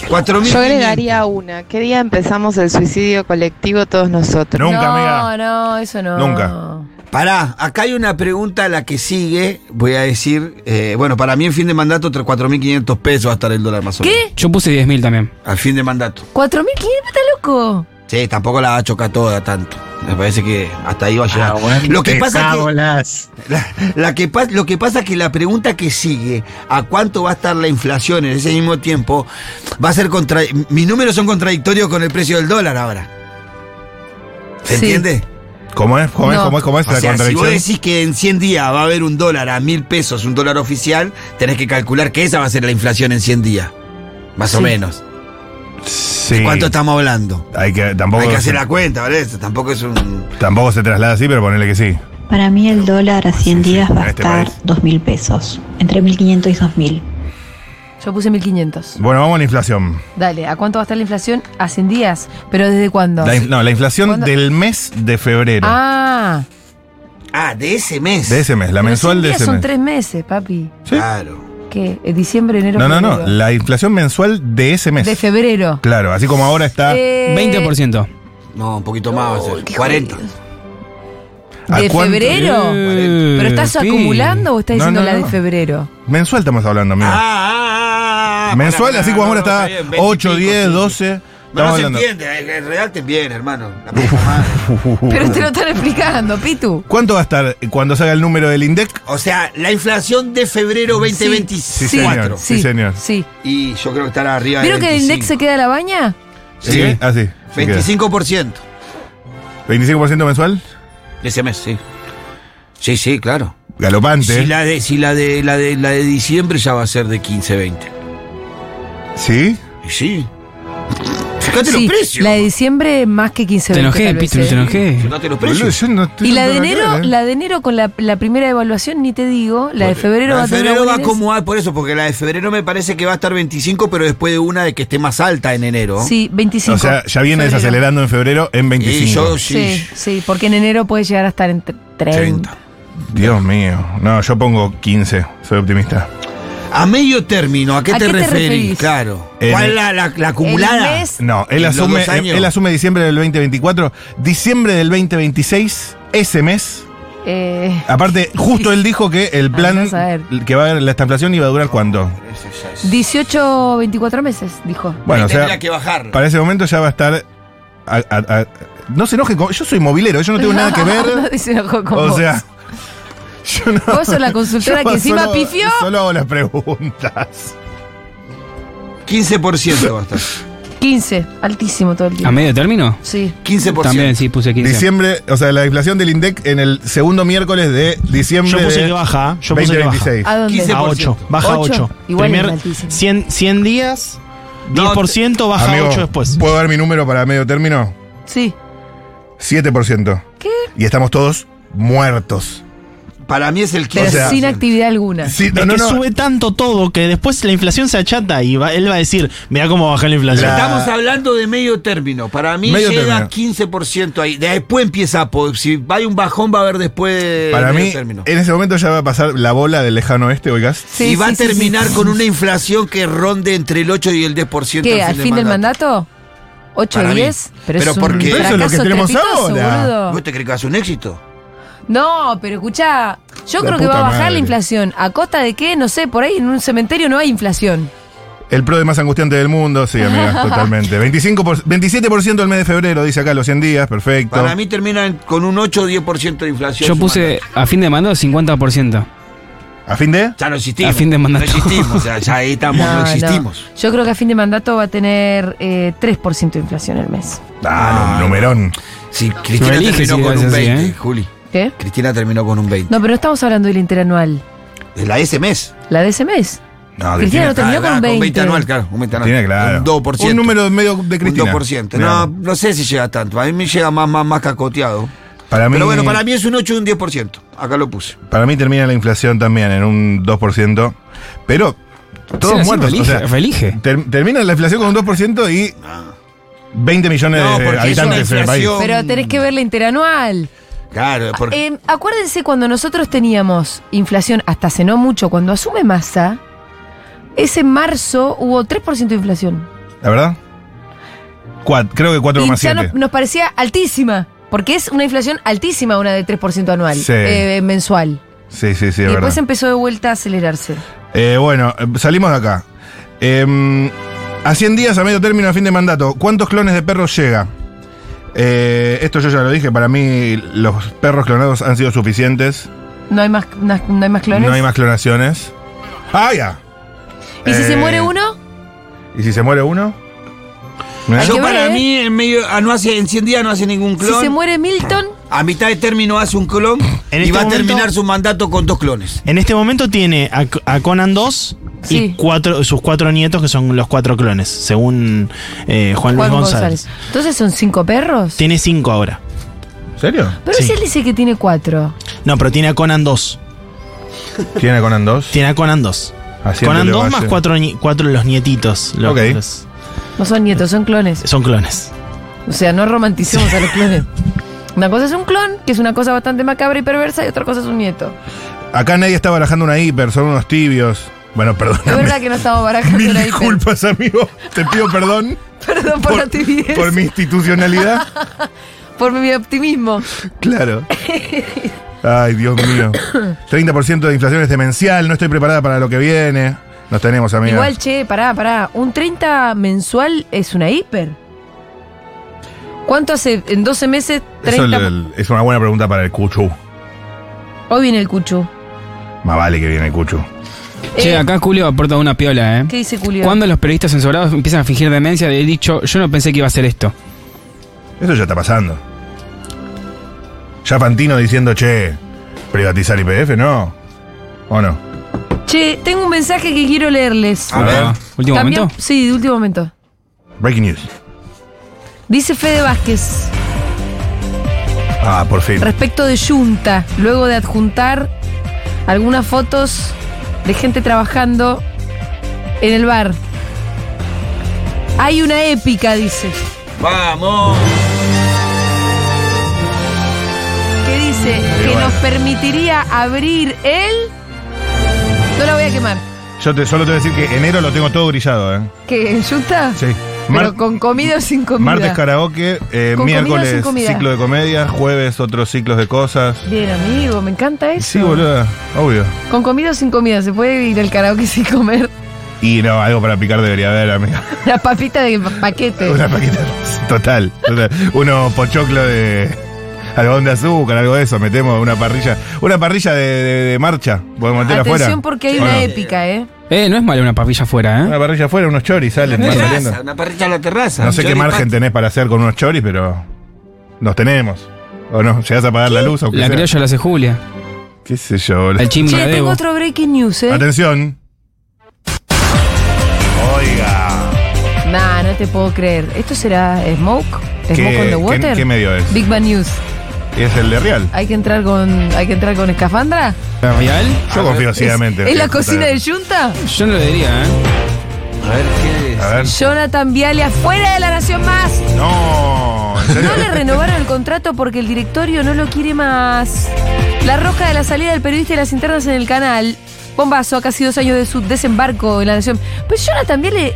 D: 4.000.
K: Yo agregaría una. ¿Qué día empezamos el suicidio colectivo todos nosotros?
B: Nunca,
A: no,
B: amiga.
A: no, eso no.
B: Nunca.
D: Pará, acá hay una pregunta a la que sigue. Voy a decir, eh, bueno, para mí en fin de mandato, tre- 4.500 pesos va a estar el dólar más o menos.
A: ¿Qué?
F: Yo puse 10.000 también.
D: Al fin de mandato.
A: 4.500, está loco.
D: Sí, tampoco la va a chocar toda tanto. Me parece que hasta ahí va a
E: Ah,
D: llegar. lo que pasa que, la, la que pas- lo que pasa es que la pregunta que sigue, ¿a cuánto va a estar la inflación en ese mismo tiempo? Va a ser contra mis números son contradictorios con el precio del dólar ahora. ¿Se
A: Sí.
D: entiende?
B: ¿Cómo es? ¿Cómo es?
A: No.
B: ¿Cómo es? ¿Cómo es
D: O
B: la
D: sea, si vos
B: contradicción?
D: decís que en 100 días va a haber un dólar a mil pesos, un dólar oficial, tenés que calcular que esa va a ser la inflación en 100 días. Más o
A: Sí.
D: menos.
B: Sí.
D: ¿De cuánto estamos hablando?
B: Hay que, tampoco,
D: Hay que hacer la cuenta, ¿vale? Eso Tampoco es un...
B: tampoco se traslada así, pero ponele que sí.
R: Para mí el dólar a 100 días va
B: en
R: a
B: este
R: estar
B: país.
R: 2.000 pesos, entre 1.500 y 2.000.
A: Yo puse 1500.
B: Bueno, vamos a la inflación.
A: Dale, ¿a cuánto va a estar la inflación? Hace en días, pero ¿desde cuándo?
B: La in- no, la inflación
A: ¿Cuándo?
B: del mes de febrero.
A: Ah,
D: Ah, de ese mes.
B: De ese mes, la
A: pero
B: mensual
A: cien
B: de
A: días
B: ese
A: son
B: mes.
A: tres meses, papi.
D: Claro.
A: ¿Qué? ¿Eh, ¿Diciembre, enero,
B: No, no, no,
A: febrero?
B: la inflación mensual de ese mes.
A: De febrero.
B: Claro, así como ahora está
A: Eh,
F: 20%.
D: No, un poquito más va a ser. 40.
B: ¿A
A: ¿De
B: cuánto?
A: febrero?
B: Eh,
A: ¿Pero estás
B: sí.
A: acumulando o estás
B: No,
A: diciendo
B: no,
A: la de
B: no.
A: febrero?
B: Mensual estamos hablando, amigo.
D: Ah,
B: mensual, así como ahora está 8, 10, 12.
D: No,
B: estamos
D: se
B: hablando.
D: entiende, redacten bien, hermano. La puta madre.
B: Uh.
A: Pero te lo están explicando, Pitu.
B: ¿Cuánto va a estar cuando salga el número del INDEC?
D: o sea, la inflación de febrero
B: Sí, señor.
D: 2024.
B: Sí, señor.
A: Sí.
D: Y yo creo que estará arriba de
A: ¿Vieron que el INDEX se queda a la baña?
B: Sí,
D: Sí.
B: así. se queda.
D: 25%
B: 25% mensual.
D: de ese mes, sí. Sí, sí, claro.
B: Galopante. ¿eh?
D: Si la de, si la de, la de, la de diciembre ya va a ser de 15, 20.
B: ¿Sí?
D: Y sí. Fíjate
A: Sí,
D: los precios.
A: La de diciembre más que 15
F: Te enojé,
A: tal vez,
F: Pitu,
A: ¿eh?
F: te enojé.
D: Fíjate los
B: Boludo,
D: precios.
B: yo no estoy
A: Y la de
B: dando
A: enero,
B: cara, ¿eh?
A: la de enero con la, la primera evaluación, ni te digo, la de febrero
D: La
A: va a
D: de
A: tener
D: febrero
A: una
D: va a
A: buena-
D: acomodar por eso, porque la de febrero me parece que va a estar 25, pero después de una de que esté más alta en enero.
A: Sí, 25.
B: O sea, ya viene
A: Febrero.
B: desacelerando en febrero en
D: Y
B: 25.
D: yo sí.
A: Sí, sí, porque en enero puede llegar a estar en 30.
B: Dios mío. No, yo pongo 15. Soy optimista.
D: A medio término, ¿a qué, te, referís? Claro.
B: El-
D: ¿Cuál la, la, la acumulada?
A: El mes-
B: No,
D: ¿En
B: él
D: los
B: asume,
D: dos años?
B: él asume diciembre del 2024, diciembre del 2026, ese mes.
A: Eh,
B: Aparte, justo él dijo que el plan
A: Andás a ver.
B: que va a haber la inflación iba a durar cuánto.
A: 18 o 24 meses, dijo.
B: Bueno, o
D: Ahí
B: sea,
D: tendría que bajarlo.
B: para ese momento ya va a estar. a- a- a- no se enoje, con- yo soy movilero, yo no tengo nada que
A: No
B: ver.
A: dice una cosa con
B: o
A: vos.
B: sea, yo no.
A: Vos sos la consultora
B: yo
A: que encima
B: solo-
A: pifió.
B: Solo hago las preguntas.
D: 15% va a estar.
A: 15, altísimo todo el
F: ¿A
A: tiempo.
F: medio término?
A: Sí.
D: 15%.
F: También sí puse 15.
B: Diciembre, o sea, la inflación del INDEC en el segundo miércoles de diciembre.
E: Yo puse
B: de
E: que baja, ¿ah? yo puse que baja.
B: 2026.
A: ¿A dónde?
D: 15%.
E: A 8, baja a 8.
A: Ocho. Igual es altísimo.
E: 100, 100 días,
D: No,
E: 10%, baja a
B: Amigo,
E: 8 después.
B: ¿Puedo dar mi número para medio término?
A: Sí.
B: 7%.
A: ¿Qué?
B: Y estamos todos muertos.
D: Para mí es el 15%.
A: Pero
B: O sea,
A: eh, sin actividad alguna.
B: Sí, no,
E: es
B: no,
E: que
B: no.
E: sube tanto todo que después la inflación se achata y va- él va a decir, mira cómo baja la inflación.
B: La-
D: Estamos hablando de medio término. Para mí
B: Medio
D: llega a 15% ahí. Después empieza a. po- Si hay un bajón, va a haber después de
B: Para
D: Eh, medio
B: mí,
D: término.
B: en ese momento ya va a pasar la bola del lejano oeste, oigas.
A: Sí,
D: y va
A: sí,
D: a
A: sí,
D: terminar
A: sí.
D: con una inflación que ronde entre el 8 y el 10%
A: ¿Qué? ¿Al fin del mandato? ¿8
D: Para
A: o
D: mí.
A: 10?
D: Pero
A: es un
D: porque-
B: eso
D: Pero
B: es lo que
A: fracaso
B: tenemos
A: estrepitoso,
B: ahora.
A: boludo.
D: ¿Vos te crees que va a ser un éxito?
A: No, pero escuchá, yo
B: La
A: creo que
B: puta
A: va a bajar
B: madre.
A: la inflación. ¿A costa de qué? No sé, por ahí en un cementerio no hay inflación.
B: El pro de más angustiante del mundo, sí, amiga, totalmente. 25 por- 27% el mes de febrero, dice acá, los 100 días, perfecto.
D: Para mí termina en- con un 8 o 10% de inflación.
F: Yo
D: su
F: puse
D: mandato.
F: a fin de mando 50%.
B: ¿A fin de?
D: Ya no existimos.
F: a fin de mandato.
D: No existimos. o sea, ya ahí estamos, no, existimos.
A: Yo creo que a fin de mandato va a tener eh, 3% de inflación el mes.
B: Ah, no, numerón.
D: Sí, Cristina
F: No elige
D: terminó
F: si
D: con
F: es
D: un
F: así,
D: 20,
F: ¿eh?
D: Juli.
A: ¿Qué?
D: Cristina terminó con un 20.
A: No, pero no estamos hablando del interanual,
D: Es la de ese mes.
A: la de ese mes.
B: No,
A: Cristina
B: Cristina,
A: no terminó
D: Ah,
A: con
D: ah,
A: 20.
D: Con 20 anual, claro. Un 20 anual.
B: Cristina, claro.
D: Un 2%.
B: Un número medio de Cristina.
D: Un 2%.
B: Mira,
D: No, no sé si llega tanto. A mí me llega más, más, más cacoteado.
B: para mí,
D: Pero bueno, para mí es un 8 y un 10%. Acá lo puse.
B: Para mí termina la inflación también en un 2%. Pero todos
F: Sí, así
B: muertos.
F: relige,
B: o sea,
F: relige.
B: ter- termina la inflación con un 2% y 20 millones
D: Ah. No,
B: de
D: porque es una
B: habitantes en el país.
D: inflación-
A: Pero tenés que ver la interanual.
D: Claro, porque.
A: Eh, acuérdense cuando nosotros teníamos inflación hasta hace no mucho, cuando asume masa, ese marzo hubo 3% de inflación.
B: ¿La verdad? Cuat- creo que
A: Y ya nos,
B: 4,7.
A: nos parecía altísima, porque es una inflación altísima, una de 3% anual,
B: Sí.
A: eh, mensual.
B: Sí, sí, sí,
A: y
B: es
A: después
B: verdad.
A: empezó de vuelta a acelerarse.
B: Eh, bueno, eh, salimos de acá. Eh, a 100 días, a medio término, a fin de mandato, ¿cuántos clones de perros llega? Eh, esto yo ya lo dije, para mí los perros clonados han sido suficientes.
A: ¿No hay más, na- no hay más clones?
B: No hay más clonaciones. ¡Ah, ya!
A: ¿Y si
B: Eh,
A: se muere uno?
B: ¿Y si se muere uno? ¿Eh?
A: Hay
D: Yo
A: que ver,
D: para
A: ¿eh?
D: mí, en, medio, ah, no hace, en 100 días no hace ningún clon.
A: Si se muere Milton,
D: A mitad de término hace un clon
E: En
D: y
E: este
D: va a
E: momento-
D: terminar su mandato con dos clones.
E: En este momento tiene a, a Conan 2
A: Sí.
E: y cuatro, sus cuatro nietos, que son los cuatro clones, según eh, Juan,
A: Juan
E: Luis González.
A: González. Entonces son cinco perros.
E: Tiene cinco ahora.
B: ¿Serio?
A: Pero
E: Sí.
A: si él dice que tiene cuatro.
E: No, pero tiene a Conan 2.
B: ¿Tiene Conan 2?
E: Tiene a Conan 2.
B: Haciéndole
E: Conan 2 más
B: valle.
E: cuatro, ni- cuatro los nietitos. Los,
B: Ok.
E: los-
A: No son nietos, son clones.
E: son clones.
A: O sea, no romanticemos a los clones. Una cosa es un clon, que es una cosa bastante macabra y perversa, y otra cosa es un nieto.
B: Acá nadie está barajando una hiper, son unos tibios. Bueno,
A: Es verdad
B: perdóname.
A: que no estamos barajando
B: Ah, Mil
A: la hiper.
B: disculpas, amigo. Te pido perdón
A: Perdón por, la timidez,
B: por mi institucionalidad.
A: por mi optimismo.
B: Claro. Ay, Dios mío. 30% de inflación es demencial, no estoy preparada para lo que viene. Nos tenemos, amiga.
A: Igual, che, pará, pará. Un 30 mensual es una hiper. ¿Cuánto hace en 12 meses?
B: Eso
A: 30.
B: el- el- es una buena pregunta para el Cuchu.
A: Hoy viene el cuchu.
B: Más vale que viene el Cuchu.
A: Eh.
F: Che, acá Julio aporta una piola, ¿eh?
A: ¿Qué dice Julio?
F: Cuando los periodistas censurados empiezan a fingir demencia, he dicho, yo no pensé que iba a ser esto.
B: Eso ya está pasando. Ya Fantino diciendo, che, privatizar IPF, no. ¿O no?
A: Che, tengo un mensaje que quiero leerles.
B: A ver. Ah, ¿Último
A: También-
B: momento?
A: Sí, de último momento.
B: Breaking news.
A: Dice Fede Vázquez,
B: Ah, por fin.
A: respecto de Junta, luego de adjuntar algunas fotos de gente trabajando en el bar. Hay una épica, dice.
D: ¡Vamos!
A: que dice que nos permitiría abrir el. No la voy a quemar.
B: Yo te, solo te voy a decir que enero lo tengo todo brillado, ¿eh?
A: ¿Que en Utah?
B: Sí. Mar-
A: Pero con comida o sin comida.
B: martes karaoke, eh,
A: ¿Con comida o sin
B: miércoles
A: comida?
B: ciclo de comedia, jueves otros ciclos de cosas.
A: Bien, amigo, me encanta eso.
B: Sí, boluda, obvio.
A: Con comida o sin comida, se puede ir al karaoke sin comer
B: Y no, algo para picar debería haber, amiga.
A: la papita de paquete.
B: Una paquita total. O sea, uno pochoclo de algodón de azúcar, algo de eso. Metemos una parrilla. Una parrilla de, de- de marcha. Podemos meter
A: Atención
B: afuera.
A: porque hay
B: ¿O
A: una
B: no?
A: épica, ¿eh?
F: Eh, no es malo una papilla afuera, ¿eh?
B: Una parrilla afuera, unos choris salen. van saliendo.
D: Una parrilla a la terraza.
B: No sé qué margen tenés para hacer con unos choris, pero nos tenemos. ¿O no? ¿Llegás a apagar la luz? aunque
F: La
B: sea?
F: criolla la hace Julia.
B: ¿Qué sé yo, boludo?
F: El chimba
A: Che,
F: de
A: tengo
F: Evo.
A: otro breaking news, ¿eh?
B: Atención. Oiga.
A: Nah, no te puedo creer. ¿Esto será Smoke? ¿Smoke
B: ¿Qué-
A: on the Water?
B: qué- qué medio es?
A: Big Bang News.
B: Es el de Real.
A: ¿Hay que entrar con, hay que entrar con escafandra?
F: ¿Real?
B: Yo confío ciegamente.
A: ¿Es la cocina de Junta?
F: Yo no lo diría, ¿eh?
D: A ver qué
B: A ver.
A: Jonathan Viale afuera de la Nación Más.
B: No, ¿en serio?
A: No le renovaron el contrato porque el directorio no lo quiere más. La roja de la salida del periodista y las internas en el canal. Bombazo a casi dos años de su desembarco en la Nación. Pues Jonathan Viale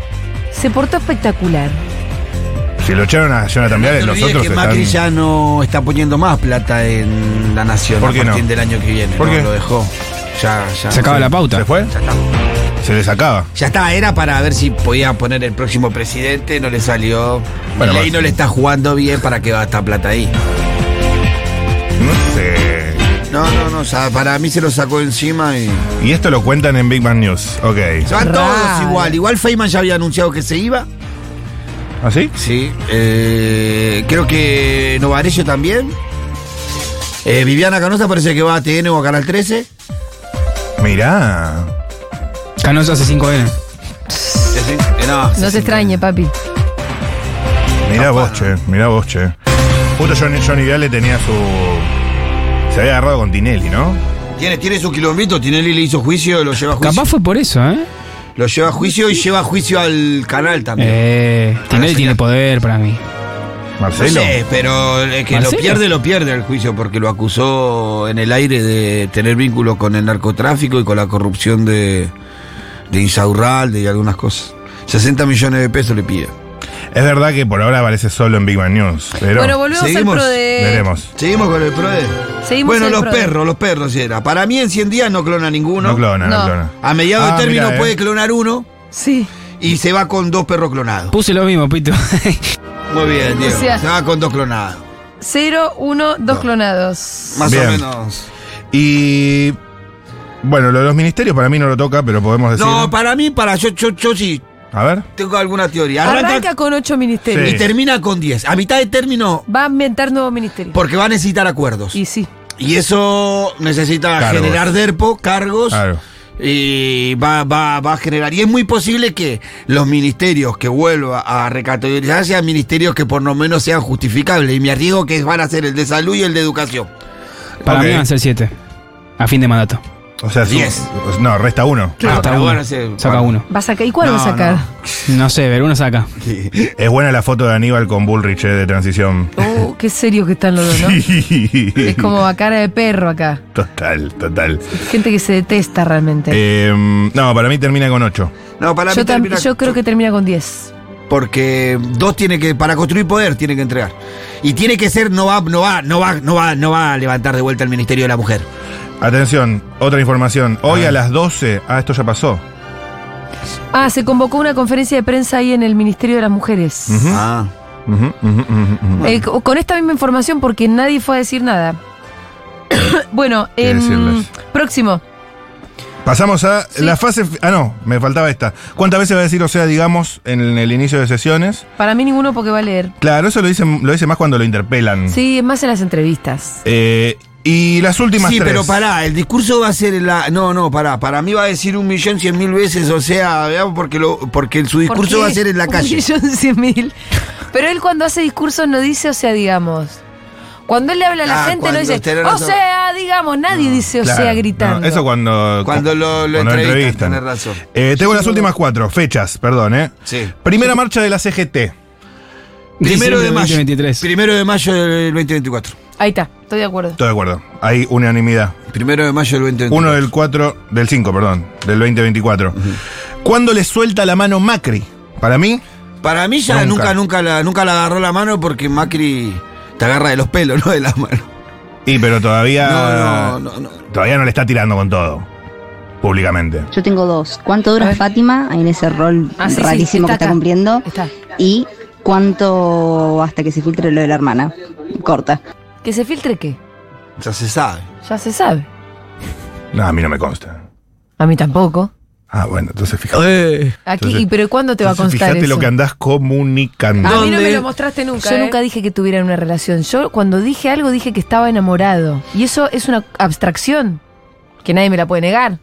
A: se portó espectacular.
B: Si lo echaron a Jonathan Viales,
D: No te
B: los
D: olvides
B: otros
D: que
B: están...
D: Macri ya no está poniendo más plata en la nación
B: ¿Por
D: a
B: qué no?
D: partir del año que viene.
B: ¿Por
D: no,
B: qué?
D: Lo dejó. Ya, ya.
F: Se acaba la pauta.
B: ¿Se fue? Se les acaba.
D: Ya está, era para ver si podía poner el próximo presidente, no le salió.
B: Bueno,
D: Bueno,
B: más.
D: no le está jugando bien para que va a estar plata ahí.
B: No sé.
D: No, no, no, ya para mí se lo sacó encima y.
B: Y esto lo cuentan en Big Bang News. Ok.
D: Se van
A: Raro.
D: todos igual. Igual Feynman ya había anunciado que se iba.
B: ¿Ah, sí?
D: Sí. eh, creo que Novarello también. Eh, Viviana Canosa parece que va a TN o a Canal 13.
B: Mirá.
F: Canoso hace 5N.
D: Eh, no,
A: No te extrañe, papi.
B: Mirá vos, che. Mirá vos, che. Justo Johnny, Johnny Viale tenía su... Se había agarrado con Tinelli, ¿no?
D: Tiene, tiene su quilombito, Tinelli le hizo juicio, lo lleva a juicio.
F: Capaz fue por eso, ¿eh?
D: Lo lleva a juicio y lleva a juicio al canal también.
F: Eh,
D: Ah,
F: Tinelli tiene poder para mí.
D: No
B: Marcelo.
D: sé, pero el que
F: ¿Marcelo?
D: lo pierde, lo pierde el juicio, porque lo acusó en el aire de tener vínculo con el narcotráfico y con la corrupción de, de Insaurralde y algunas cosas. 60 millones de pesos le pide.
B: Es verdad que por ahora aparece solo en Big Bang News. Pero
A: bueno, eh, volvemos
D: seguimos.
A: al pro de.
B: veremos.
D: Seguimos con el PRODE.
A: Seguimos
D: bueno,
A: el
D: los
A: PRODE.
D: perros, los perros, sí era. Para mí en 100 días no clona ninguno.
B: No clona, no,
A: No.
B: clona.
D: A mediados
B: Ah,
D: de término
B: mirá, eh.
D: puede clonar uno
A: Sí.
D: y se va con dos perros clonados.
F: Puse lo mismo, Pito.
D: Muy bien, Diego.
A: O sea-
D: se va con dos clonados.
A: Cero, uno, dos clonados.
D: Más
B: Bien.
D: o menos.
B: Y... Bueno, lo de los ministerios para mí no lo toca, pero podemos decir...
D: No, para mí, para yo, yo, yo sí
B: A ver.
D: tengo alguna teoría.
A: Arranca,
D: Arranca,
A: con ocho ministerios.
B: Sí.
D: y termina con 10. A mitad de término,
A: Va a inventar nuevos ministerios.
D: porque va a necesitar acuerdos.
A: Y sí.
D: Y eso necesita
B: Cargos.
D: generar DERPO, cargos.
B: Claro.
D: Y va, va, va a generar. Y es muy posible que los ministerios que vuelva a recategorizar sean ministerios que por lo menos sean justificables. Y me arriesgo que van a ser el de salud y el de educación.
F: Para
B: Ok.
F: mí van a ser 7. A fin de mandato.
B: O sea, su-
D: Diez.
B: No, resta uno.
A: Claro.
D: Ah, pero bueno, se-
F: Saca uno.
A: ¿Vas a sacar? ¿Y cuál
F: No,
A: vas a sacar?
F: No sé, pero uno saca.
B: Es buena la foto de Aníbal con Bullrich eh, de transición.
A: Uh, qué serios que están los dos, ¿no? Es como a cara de perro acá.
B: Total, total.
A: Gente que se detesta realmente.
B: Eh, no, para mí termina con 8.
D: No, para
A: yo,
D: mí
A: tam-
D: termina-
A: yo creo que termina con 10.
D: porque dos tiene que para construir poder tiene que entregar. Y tiene que ser no va no va no va no va no va a levantar de vuelta el Ministerio de la Mujer.
B: Atención, otra información. Hoy a, las 12. Ah, esto ya pasó.
A: Ah, se convocó una conferencia de prensa ahí en el Ministerio de las Mujeres.
B: Ujú.
D: Ah.
B: Ujú, ujú, ujú, ujú.
A: Eh, co- con esta misma información porque nadie fue a decir nada. bueno,
B: ¿Qué
A: em,
B: decirles?
A: próximo.
B: Pasamos a la fase. fi- Ah, no, me faltaba esta. ¿Cuántas veces va a decir, o sea, digamos, en el, en el inicio de sesiones?
A: Para mí ninguno porque va a leer.
B: Claro, eso lo dicen, lo dice más cuando lo interpelan.
A: Sí, es más en las entrevistas.
B: Eh, y las últimas
D: sí,
B: tres.
D: pero pará, el discurso va a ser en la. No, no, pará. Para mí va a decir un millón cien mil veces, o sea, veamos, porque lo, porque su
A: ¿Por
D: discurso
A: qué?
D: va a ser en la calle.
A: Un millón cien mil. Pero él cuando hace discursos no dice, o sea, digamos. Cuando él le habla a la
D: Ah,
A: gente no
D: cuando
A: dice,
D: tenés
A: o
D: razón".
A: sea, digamos, nadie dice, o
B: Claro,
A: sea,
B: no,
A: gritando.
B: eso cuando.
D: Cuando lo, lo
B: cuando entrevistan.
D: entrevistan, tenés razón.
B: Eh, tengo las últimas cuatro, fechas, perdón, ¿eh?
D: Sí.
B: Primera marcha de la CGT.
D: Primero de
F: Diciembre
D: mayo.
F: 2023.
D: Primero de mayo del 2024.
A: Ahí está, estoy de acuerdo.
B: Estoy de acuerdo. Hay unanimidad.
D: Primero de mayo del 2024.
B: Uno del 4, del 5, perdón, del 2024. ¿Cuándo le suelta la mano Macri? Para mí,
D: Para mí
B: Nunca.
D: ya nunca, nunca, la, nunca la agarró la mano porque Macri te agarra de los pelos, no de la mano.
B: y pero todavía Ah.
D: No, no, no, no.
B: todavía no le está tirando con todo públicamente.
R: Yo tengo dos. ¿Cuánto dura Fátima en ese rol
A: Ah, sí, sí,
R: rarísimo
A: está
R: que está
A: acá.
R: cumpliendo?
A: Está.
R: ¿Y cuánto hasta que se filtre lo de la hermana? Corta.
A: ¿Que se filtre qué?
D: Ya se sabe.
A: Ya se sabe.
B: No, a mí no me consta.
A: A mí tampoco.
B: Ah, bueno, entonces fíjate.
A: Aquí,
B: Entonces-
A: ¿Y pero cuándo te va a
B: entonces
A: constar
B: Fíjate
A: eso? Ah,
B: lo que andás comunicando.
A: A mí no me lo mostraste nunca. Yo
H: ¿eh?
A: nunca dije que tuvieran una relación. Yo cuando dije algo dije que estaba enamorado. Y eso es una abstracción que nadie me la puede negar.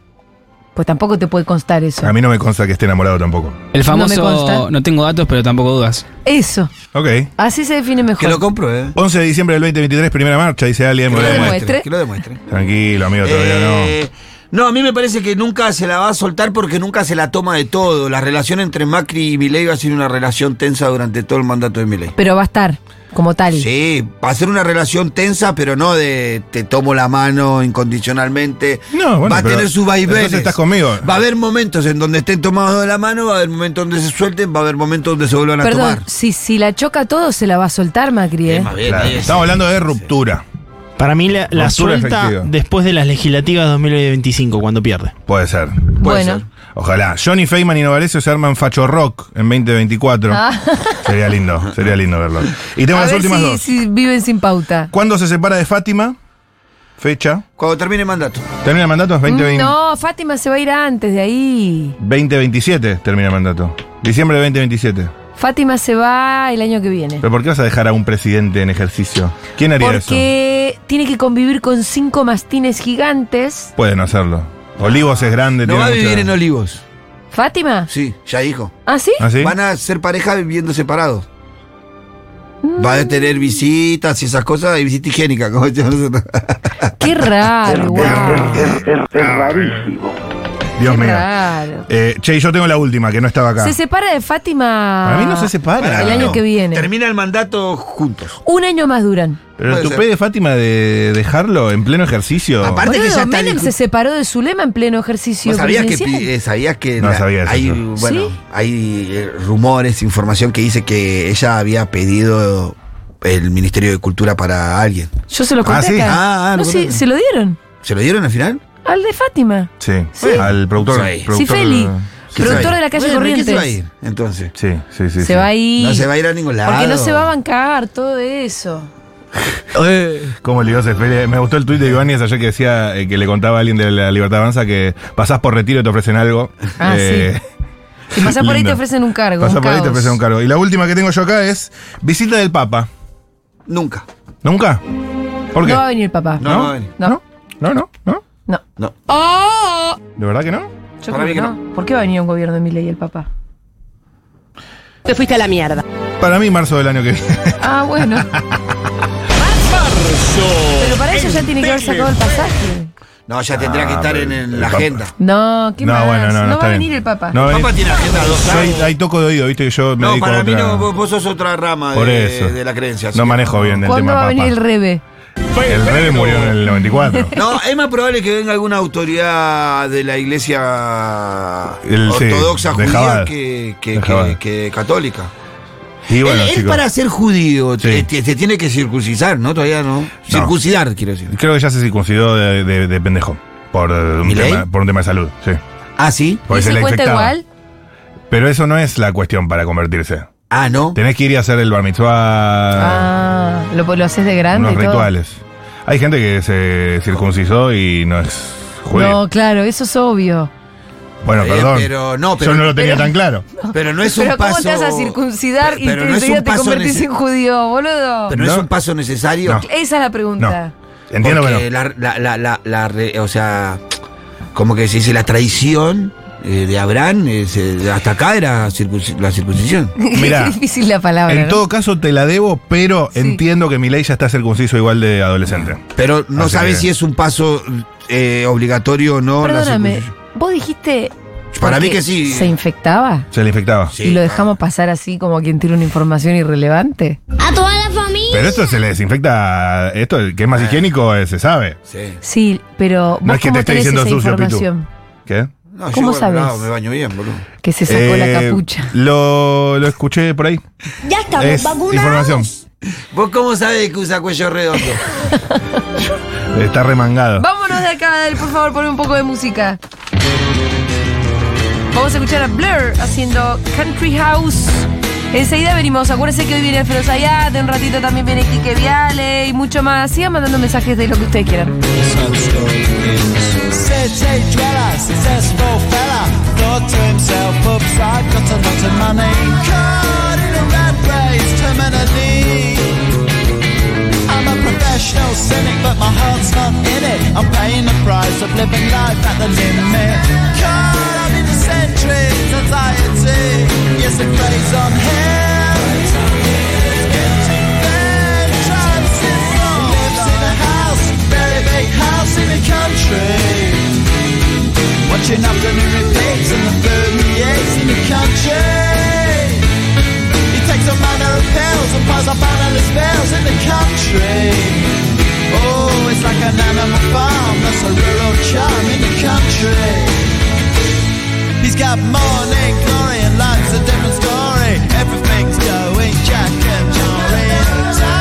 A: Pues tampoco te puede constar eso.
B: A mí no me consta que esté enamorado tampoco.
F: El
A: No me
F: famoso.
A: consta.
F: No, tengo datos, pero tampoco dudas.
A: Eso.
B: Ok.
A: Así se define mejor.
D: Que lo compro, ¿eh?
B: 11 de diciembre del 2023, primera marcha, dice alguien.
A: lo
B: bueno.
A: demuestre.
D: Que lo demuestre.
B: Tranquilo, amigo, todavía
D: Eh, no, a mí me parece que nunca se la va a soltar porque nunca se la toma de todo. La relación entre Macri y Milei va a ser una relación tensa durante todo el mandato de Milei.
A: Pero va a estar como tal.
D: Sí, va a ser una relación tensa, pero no de te tomo la mano incondicionalmente.
B: No, bueno,
D: va a
B: pero
D: tener sus vaivenes.
B: entonces estás conmigo.
D: Va a haber momentos en donde estén tomados de la mano, va a haber momentos donde se suelten, va a haber momentos donde se vuelvan a
A: Perdón,
D: tomar.
A: si, si la choca todo se la va a soltar Macri, ¿eh?
D: más
B: no.
D: bien,
B: Claro,
D: ahí es.
B: Estamos hablando de ruptura.
E: Para mí la, la
B: Ruptura
E: suelta
B: efectiva.
E: después de las legislativas 2025, cuando pierde.
B: Puede ser.
A: Bueno.
B: Ojalá. Johnny Feynman y Novalesio se arman Facho Rock en 2024.
A: Ah.
B: Sería lindo, sería lindo verlo. Y tengo
A: A
B: las
A: ver
B: últimas
A: si,
B: dos.
A: si viven sin pauta.
B: ¿Cuándo se separa de Fátima? Fecha.
D: Cuando termine el mandato.
B: ¿Termina el mandato? 2020,
A: No, Fátima se va a ir antes de ahí.
B: 2027 termina el mandato. Diciembre de 2027.
A: Fátima se va el año que viene.
B: ¿Pero por qué vas a dejar a un presidente en ejercicio? ¿Quién haría eso?
A: Porque tiene que convivir con cinco mastines gigantes.
B: Pueden hacerlo. Olivos es grande,
D: No
B: tiene
D: va a
B: mucha-
D: vivir en Olivos.
A: ¿Fátima?
D: Sí, ya dijo.
A: ¿Ah, sí?
B: ¿Ah, sí?
D: Van a ser pareja viviendo separados. Va a tener visitas y esas cosas, y visita higiénica, como decíamos nosotros.
A: Qué raro, guau.
B: Dios
A: Qué
B: mío.
A: raro.
B: Eh, che, y yo tengo la última, que no estaba acá.
A: Se separa de Fátima.
B: Para mí no se separa.
A: El año
D: no.
A: que viene.
D: Termina el mandato juntos.
A: Un año más duran.
B: Pero el
D: Puede
B: tupé
D: ser.
B: de Fátima de dejarlo en pleno ejercicio.
D: Aparte que
A: Boludo,
D: ya está
A: Menem
D: el-
A: se separó de Zulema en pleno ejercicio
D: ¿Vos sabías que,
A: presidencial.
D: pi- eh, sabías que
B: No
D: la-
B: sabía eso,
D: hay,
B: yo.
D: bueno,
A: ¿Sí?
D: hay eh, rumores, información que dice que ella había pedido el Ministerio de Cultura para alguien.
A: Yo se lo
B: Ah,
A: conté
B: sí.
A: acá.
D: Ah, ah,
A: no,
D: lo
A: sí,
D: contaste.
A: se lo dieron.
D: ¿Se lo dieron al final?
A: Al de Fátima.
B: Sí.
A: Sí.
B: Al productor.
D: Sí.
A: Sí,
B: productor-
A: Feli.
D: ¿Qué se va
A: Productor de
D: a ir?
A: la calle
D: Bueno, ¿y
A: Corrientes.
D: ¿Qué se va a ir? Entonces.
B: Sí, sí, sí.
A: Se
B: sí.
A: va a ir.
D: No se va a ir a ningún lado.
A: Porque no se va a bancar todo eso.
B: ¿Cómo le ese Feli? Me gustó el tuit de Iván ayer que decía eh, que le contaba a alguien de la Libertad Avanza que pasás por retiro y te ofrecen algo.
A: Ah, Si pasás por ahí
B: lindo.
A: te ofrecen un cargo.
B: Pasás
A: un
B: por ahí y te
A: caos.
B: ofrecen un cargo. Y la última que tengo yo acá es visita del Papa.
D: Nunca.
B: ¿Nunca? ¿Por qué?
A: No va a venir papá.
D: No,
B: ¿No?
D: no va a venir.
A: No.
B: No, no, no.
A: No.
D: No.
A: ¡Oh!
B: ¿De verdad que no?
A: Yo
D: Para
A: creo
D: mí
A: que
D: que
A: no. ¿Por qué va a venir un gobierno de Milei y el papá?
S: Te fuiste a la mierda.
B: Para mí, marzo del año que viene.
A: Ah, bueno. Pero para eso ya tiene que haber sacado el pasaje.
D: No, ya tendrá que
B: Ah,
D: estar en,
B: pero
D: en
B: el
D: la
B: Papa.
D: agenda.
A: No, ¿qué
B: No,
A: más?
B: bueno, no, no,
A: va
B: está
A: a
B: bien.
A: venir el Papa.
B: No,
D: Papá
B: venís-
D: tiene agenda dos
B: Yo
D: años.
B: Hay, hay toco de oído, viste que yo me
D: No,
B: dedico a
D: para mí
B: otra-
D: no, vos, vos sos otra rama
B: Por
D: de,
B: eso.
D: de la creencia. así
B: No
D: que
B: manejo bien el
A: ¿Cuándo
B: tema
A: va a
B: papa.
A: venir el Rebe?
B: El rey murió en el 94.
D: No, es más probable que venga alguna autoridad de la iglesia
B: El- sí,
D: ortodoxa
B: de
D: judía
B: Jabal.
D: que, que-
B: De
D: que-
B: Jabal.
D: que católica.
B: Y bueno,
D: él, él
B: chicos,
D: para ser judío
B: Sí.
D: te, te- te tiene que circuncisar, ¿no? Todavía no. Circuncidar, quiero decir.
B: creo que ya se circuncidó de, de- de pendejo. Por eh, un,
D: ¿Milei?
B: tema, por un tema de salud, sí.
D: Ah, sí.
B: Porque
A: ¿Y
B: se
A: se
B: le
A: cuenta
B: infectaba.
A: igual?
B: Pero eso no es la cuestión para convertirse.
D: Ah, ¿no?
B: Tenés que ir a hacer el bar mitzvah,
A: Ah, ¿lo, lo haces de grande
B: unos
A: y todo?
B: rituales. Hay gente que se circuncisó y no es judío.
A: No, claro, eso es obvio.
B: bueno,
D: Está bien,
B: perdón.
D: Eh, pero no, pero-
B: yo no lo tenía
A: pero-
B: tan claro.
D: Pero no es un
A: Pero ¿cómo
D: paso.
A: te vas a circuncidar
D: Pero-
A: y te,
D: pero no es un
A: enseguida te
D: paso
A: convertís
D: nece-
A: en judío, boludo?
D: Pero no, es
B: No.
D: un paso necesario.
B: No.
A: Esa es la pregunta.
B: Entiendo
D: porque
B: que no.
D: la, la, la, la- la re- o sea, como que se dice, la traición eh, de Abraham, eh, se- hasta acá era circunci- la circuncisión.
B: Mirá,
A: es difícil la palabra.
B: En
A: ¿no?
B: todo caso te la debo, pero entiendo que mi ley ya está circunciso igual de adolescente.
D: Pero no
B: Así
D: sabes
B: que-
D: si es un paso eh, obligatorio o no. la
A: Perdóname,
D: circuncisión.
A: vos dijiste.
D: Para mí
A: porque
D: que sí.
A: ¿Se infectaba?
B: Se le infectaba.
D: Sí,
A: ¿Y lo
D: claro.
A: dejamos pasar así como quien tiene una información irrelevante?
R: A toda la familia.
B: Pero esto se le desinfecta. Esto, el que es más higiénico, eh, se sabe.
D: Sí.
A: Sí, pero vos
B: No es que
A: cómo
B: te esté
A: tenés
B: diciendo
A: esa
B: sucio, Pitu.
A: información
B: ¿Qué?
D: No, yo
A: ¿Cómo
D: igual me
A: sabes?
D: lavo, me baño bien, boludo.
A: que se sacó la
B: Eh,
A: capucha.
B: Lo, lo escuché por ahí.
R: Ya estamos
B: Es
R: vacunados.
B: información.
D: ¿Vos cómo sabes que usa cuello redondo?
B: Está remangado.
A: Vámonos de acá, Adel, por favor, pon un poco de música. Vamos a escuchar a Blur haciendo Country House. Enseguida venimos, acuérdense que hoy viene Feroz Ayat, de un ratito también viene Quique Viale y mucho más. Sigan mandando mensajes de lo que ustedes quieran.
E: Said Jay Dweller, successful fella, thought to himself, oops, I've got a lot of money. Caught in a rat race, terminally. I'm a professional cynic, but my heart's not in it. I'm paying the price of living life at the limit. Caught up in the centuries, anxiety. Yes, the craze on him. It's getting bad, trying to sit wrong. He lives in a house, very big house in the country. Watching afternoon repeats in the 38s in the country. He takes a manner of pills and piles up analyst bills in the country. Oh, it's like an animal farm, that's a rural charm in the country. He's got morning glory and life's a different story. Everything's going jack and jory. Oh,